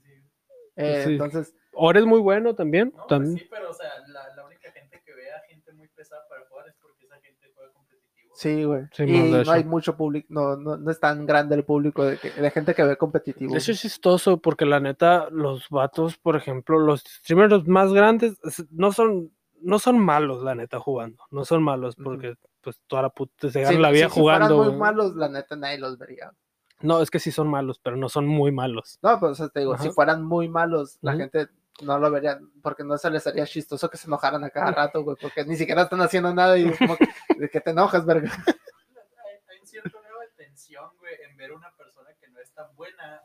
[SPEAKER 1] eh,
[SPEAKER 2] Sí.
[SPEAKER 1] Entonces,
[SPEAKER 2] O eres muy bueno también.
[SPEAKER 3] No, pues
[SPEAKER 2] también.
[SPEAKER 3] sí, pero o sea, la, la única gente que vea gente muy pesada para jugar es porque esa gente juega competitivo.
[SPEAKER 1] sí, güey.
[SPEAKER 2] Sí,
[SPEAKER 1] y
[SPEAKER 2] man, de
[SPEAKER 1] no
[SPEAKER 2] hecho.
[SPEAKER 1] hay mucho público, no, no, no es tan grande el público de, que- de gente que ve competitivo.
[SPEAKER 2] Eso es chistoso porque la neta, los vatos, por ejemplo, los streamers más grandes s- no son, no son malos, la neta, jugando. No son malos
[SPEAKER 1] Ujú.
[SPEAKER 2] porque pues toda la puta
[SPEAKER 1] Sí,
[SPEAKER 2] se gana la vida
[SPEAKER 1] si- si fueran
[SPEAKER 2] jugando.
[SPEAKER 1] muy
[SPEAKER 2] güey.
[SPEAKER 1] malos, la neta nadie los vería.
[SPEAKER 2] No, es que sí son malos, pero no son muy malos.
[SPEAKER 1] No, pues o sea, te digo, si
[SPEAKER 2] Ajá.
[SPEAKER 1] fueran muy malos, la
[SPEAKER 2] Ujú.
[SPEAKER 1] gente no lo vería, porque no se les haría chistoso que se enojaran a cada rato, güey, porque ni siquiera están haciendo nada y es como que, de que te enojas, verga.
[SPEAKER 3] Hay, hay un cierto grado de tensión, güey, en ver una persona que no es tan buena.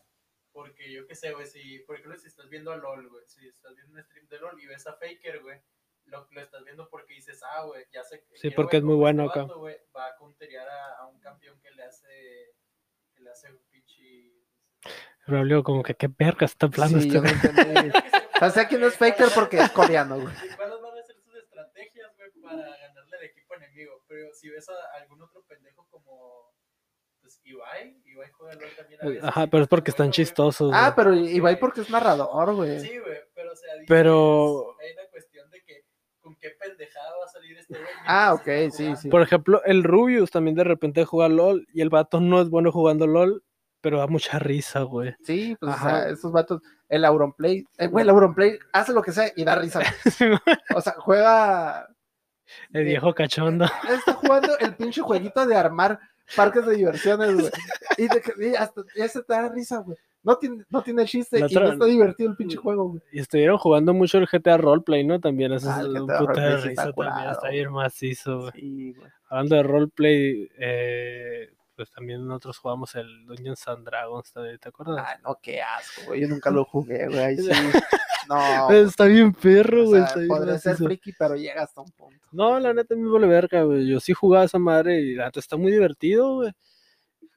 [SPEAKER 3] Porque yo qué sé, güey, si, por ejemplo, si estás viendo a LOL, güey, si estás viendo un stream de LOL y ves a Faker, güey, lo, lo estás viendo porque dices, ah, güey, ya sé que.
[SPEAKER 2] Sí,
[SPEAKER 3] que,
[SPEAKER 2] porque
[SPEAKER 3] güey,
[SPEAKER 2] es muy
[SPEAKER 3] como
[SPEAKER 2] bueno
[SPEAKER 3] este
[SPEAKER 2] acá.
[SPEAKER 3] vato, güey, va a counterear a, a un campeón que le hace. que le hace un pinche.
[SPEAKER 2] Pero luego como que qué verga está hablando
[SPEAKER 1] Sí,
[SPEAKER 2] este
[SPEAKER 1] yo no
[SPEAKER 2] güey?
[SPEAKER 1] entendí. O sea, sé quién es Faker porque es coreano, güey.
[SPEAKER 3] ¿Y ¿Cuáles van a ser sus estrategias, güey, para ganarle al equipo enemigo? Pero si ves a algún otro pendejo como. Pues Ibai, Ibai juega LOL también a veces.
[SPEAKER 2] Ajá, pero es porque están
[SPEAKER 3] Bueno, güey,
[SPEAKER 2] chistosos.
[SPEAKER 1] Ah,
[SPEAKER 2] güey.
[SPEAKER 1] pero Ibai porque es narrador, güey.
[SPEAKER 3] Sí, güey, pero o sea, dices,
[SPEAKER 2] Pero-
[SPEAKER 3] hay una cuestión de que con qué pendejada va a salir este güey.
[SPEAKER 1] Ah,
[SPEAKER 3] mientras
[SPEAKER 1] ok,
[SPEAKER 3] está
[SPEAKER 1] sí,
[SPEAKER 3] jugando.
[SPEAKER 1] sí.
[SPEAKER 2] Por ejemplo, el Rubius también de repente juega LOL y el vato no es bueno jugando LOL, pero da mucha risa, güey.
[SPEAKER 1] Sí, pues, o
[SPEAKER 2] Ajá.
[SPEAKER 1] sea, esos vatos, el Auronplay, eh, güey, el Auronplay hace lo que sea y da risa. O sea, juega,
[SPEAKER 2] el viejo cachondo.
[SPEAKER 1] está jugando el pinche jueguito de armar parques de diversiones, güey. Y, de que- y hasta ya se te da risa, güey. No tiene, no tiene chiste
[SPEAKER 2] La
[SPEAKER 1] y no
[SPEAKER 2] otra-
[SPEAKER 1] está divertido el pinche juego, güey.
[SPEAKER 2] Y estuvieron jugando mucho el GTA Roleplay, ¿no? También, eso
[SPEAKER 1] Ah,
[SPEAKER 2] es
[SPEAKER 1] el
[SPEAKER 2] un
[SPEAKER 1] GTA
[SPEAKER 2] puta de
[SPEAKER 1] Roleplay sí está
[SPEAKER 2] risa también,
[SPEAKER 1] curado,
[SPEAKER 2] está
[SPEAKER 1] güey.
[SPEAKER 2] bien macizo, güey.
[SPEAKER 1] Sí, güey.
[SPEAKER 2] Hablando de Roleplay, eh, pues también nosotros jugamos el Dungeons and Dragons, también, ¿te acuerdas?
[SPEAKER 1] Ay, Ah, no, qué asco, güey. Yo nunca lo jugué, güey. Ay, sí. No.
[SPEAKER 2] Eh, está bien perro,
[SPEAKER 1] o
[SPEAKER 2] güey,
[SPEAKER 1] sea,
[SPEAKER 2] está bien
[SPEAKER 1] podría ser
[SPEAKER 2] macizo.
[SPEAKER 1] friki, pero llega hasta un punto.
[SPEAKER 2] No, la neta, me vale verga, güey. Yo sí jugaba esa madre y la neta está muy divertido, güey.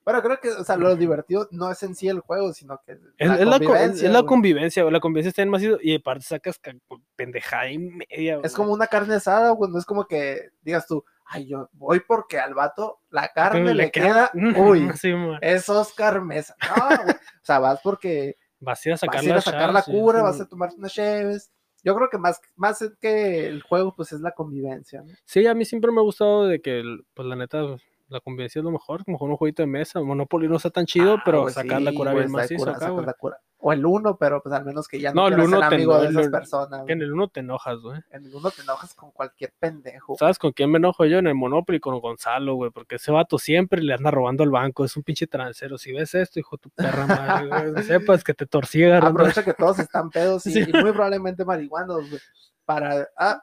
[SPEAKER 1] Pero creo que, o sea, lo divertido no es en sí el juego, sino que
[SPEAKER 2] Es es la, co- es- es la
[SPEAKER 1] güey.
[SPEAKER 2] convivencia, güey. La convivencia está bien macizo y aparte sacas ca- pendejada y media, güey.
[SPEAKER 1] Es como una carne asada, güey. No es como que digas tú, ay, yo voy porque al vato la carne le queda. Uy, eh,
[SPEAKER 2] Sí, man.
[SPEAKER 1] es Oscar Mesa. No, güey. O sea, vas porque
[SPEAKER 2] Vas a ir a sacar,
[SPEAKER 1] vas a ir a sacar la
[SPEAKER 2] chance,
[SPEAKER 1] cura,
[SPEAKER 2] sí,
[SPEAKER 1] vas
[SPEAKER 2] man.
[SPEAKER 1] a tomar unas cheves. Yo creo que más, más que el juego, pues es la convivencia. ¿no?
[SPEAKER 2] Sí, a mí siempre me ha gustado de que, el- pues la neta, la convivencia es lo mejor. Como un jueguito de mesa, Monopoly no está tan chido,
[SPEAKER 1] Ah,
[SPEAKER 2] pero
[SPEAKER 1] güey,
[SPEAKER 2] sacar la
[SPEAKER 1] sí,
[SPEAKER 2] cura
[SPEAKER 1] güey,
[SPEAKER 2] bien
[SPEAKER 1] saca
[SPEAKER 2] macizo
[SPEAKER 1] cura,
[SPEAKER 2] acá,
[SPEAKER 1] saca
[SPEAKER 2] güey.
[SPEAKER 1] la cura. O el uno, pero pues al menos que ya no,
[SPEAKER 2] No, el
[SPEAKER 1] quieras
[SPEAKER 2] uno
[SPEAKER 1] ser
[SPEAKER 2] te
[SPEAKER 1] amigo
[SPEAKER 2] no-
[SPEAKER 1] de
[SPEAKER 2] el
[SPEAKER 1] esas
[SPEAKER 2] uno-
[SPEAKER 1] personas.
[SPEAKER 2] Que en
[SPEAKER 1] güey.
[SPEAKER 2] el uno te enojas, güey.
[SPEAKER 1] En el uno te enojas con cualquier pendejo.
[SPEAKER 2] ¿Sabes con quién me enojo yo? En el Monopoly con Gonzalo, güey, porque ese vato siempre le anda robando al banco. Es un pinche transero. Si ves esto, hijo de tu perra madre, güey, que sepas que te torcí
[SPEAKER 1] Ah,
[SPEAKER 2] agarrando.
[SPEAKER 1] Aprovecha que todos están pedos y,
[SPEAKER 2] Sí.
[SPEAKER 1] y muy probablemente marihuanos, güey. Para. Ah,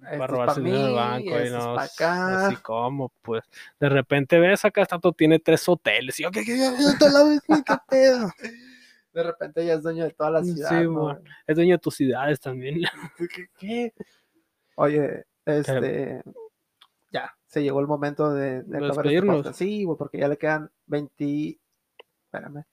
[SPEAKER 2] para robarse el dinero del banco y no,
[SPEAKER 1] para
[SPEAKER 2] s- no
[SPEAKER 1] este acá.
[SPEAKER 2] sé cómo, pues. De repente ves acá, Tato tiene tres hoteles. Y yo, ¿qué, qué, qué, qué, la ves, güey? ¿Qué pedo?
[SPEAKER 1] De repente ya es dueño de toda la
[SPEAKER 2] Sí,
[SPEAKER 1] ciudad. ¿no?
[SPEAKER 2] güey. Es dueño de tus ciudades también.
[SPEAKER 1] ¿Qué- qué? Oye, este. Ya, se llegó el momento de, de
[SPEAKER 2] ¿De
[SPEAKER 1] acabar este
[SPEAKER 2] despedirnos?
[SPEAKER 1] podcast. Sí, güey, porque ya le quedan 20. Espérame.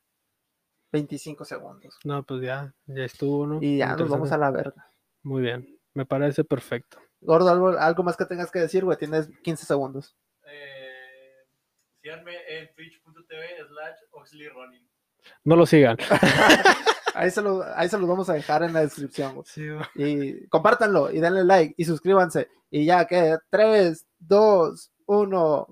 [SPEAKER 1] 25 segundos.
[SPEAKER 2] No, pues ya, ya estuvo, ¿no?
[SPEAKER 1] Y ya nos vamos a
[SPEAKER 2] Ah, Interesante.
[SPEAKER 1] la verga.
[SPEAKER 2] Muy bien, me parece perfecto.
[SPEAKER 1] Gordo, algo, algo más que tengas que decir, güey. Tienes 15 segundos.
[SPEAKER 3] Eh, síganme en twitch.tv slash oxlyrunning.
[SPEAKER 2] No lo sigan.
[SPEAKER 1] Ahí se, lo, ahí se los vamos a dejar en la descripción, güey. y compártanlo y denle like y suscríbanse. Y ya que 3, 2, 1.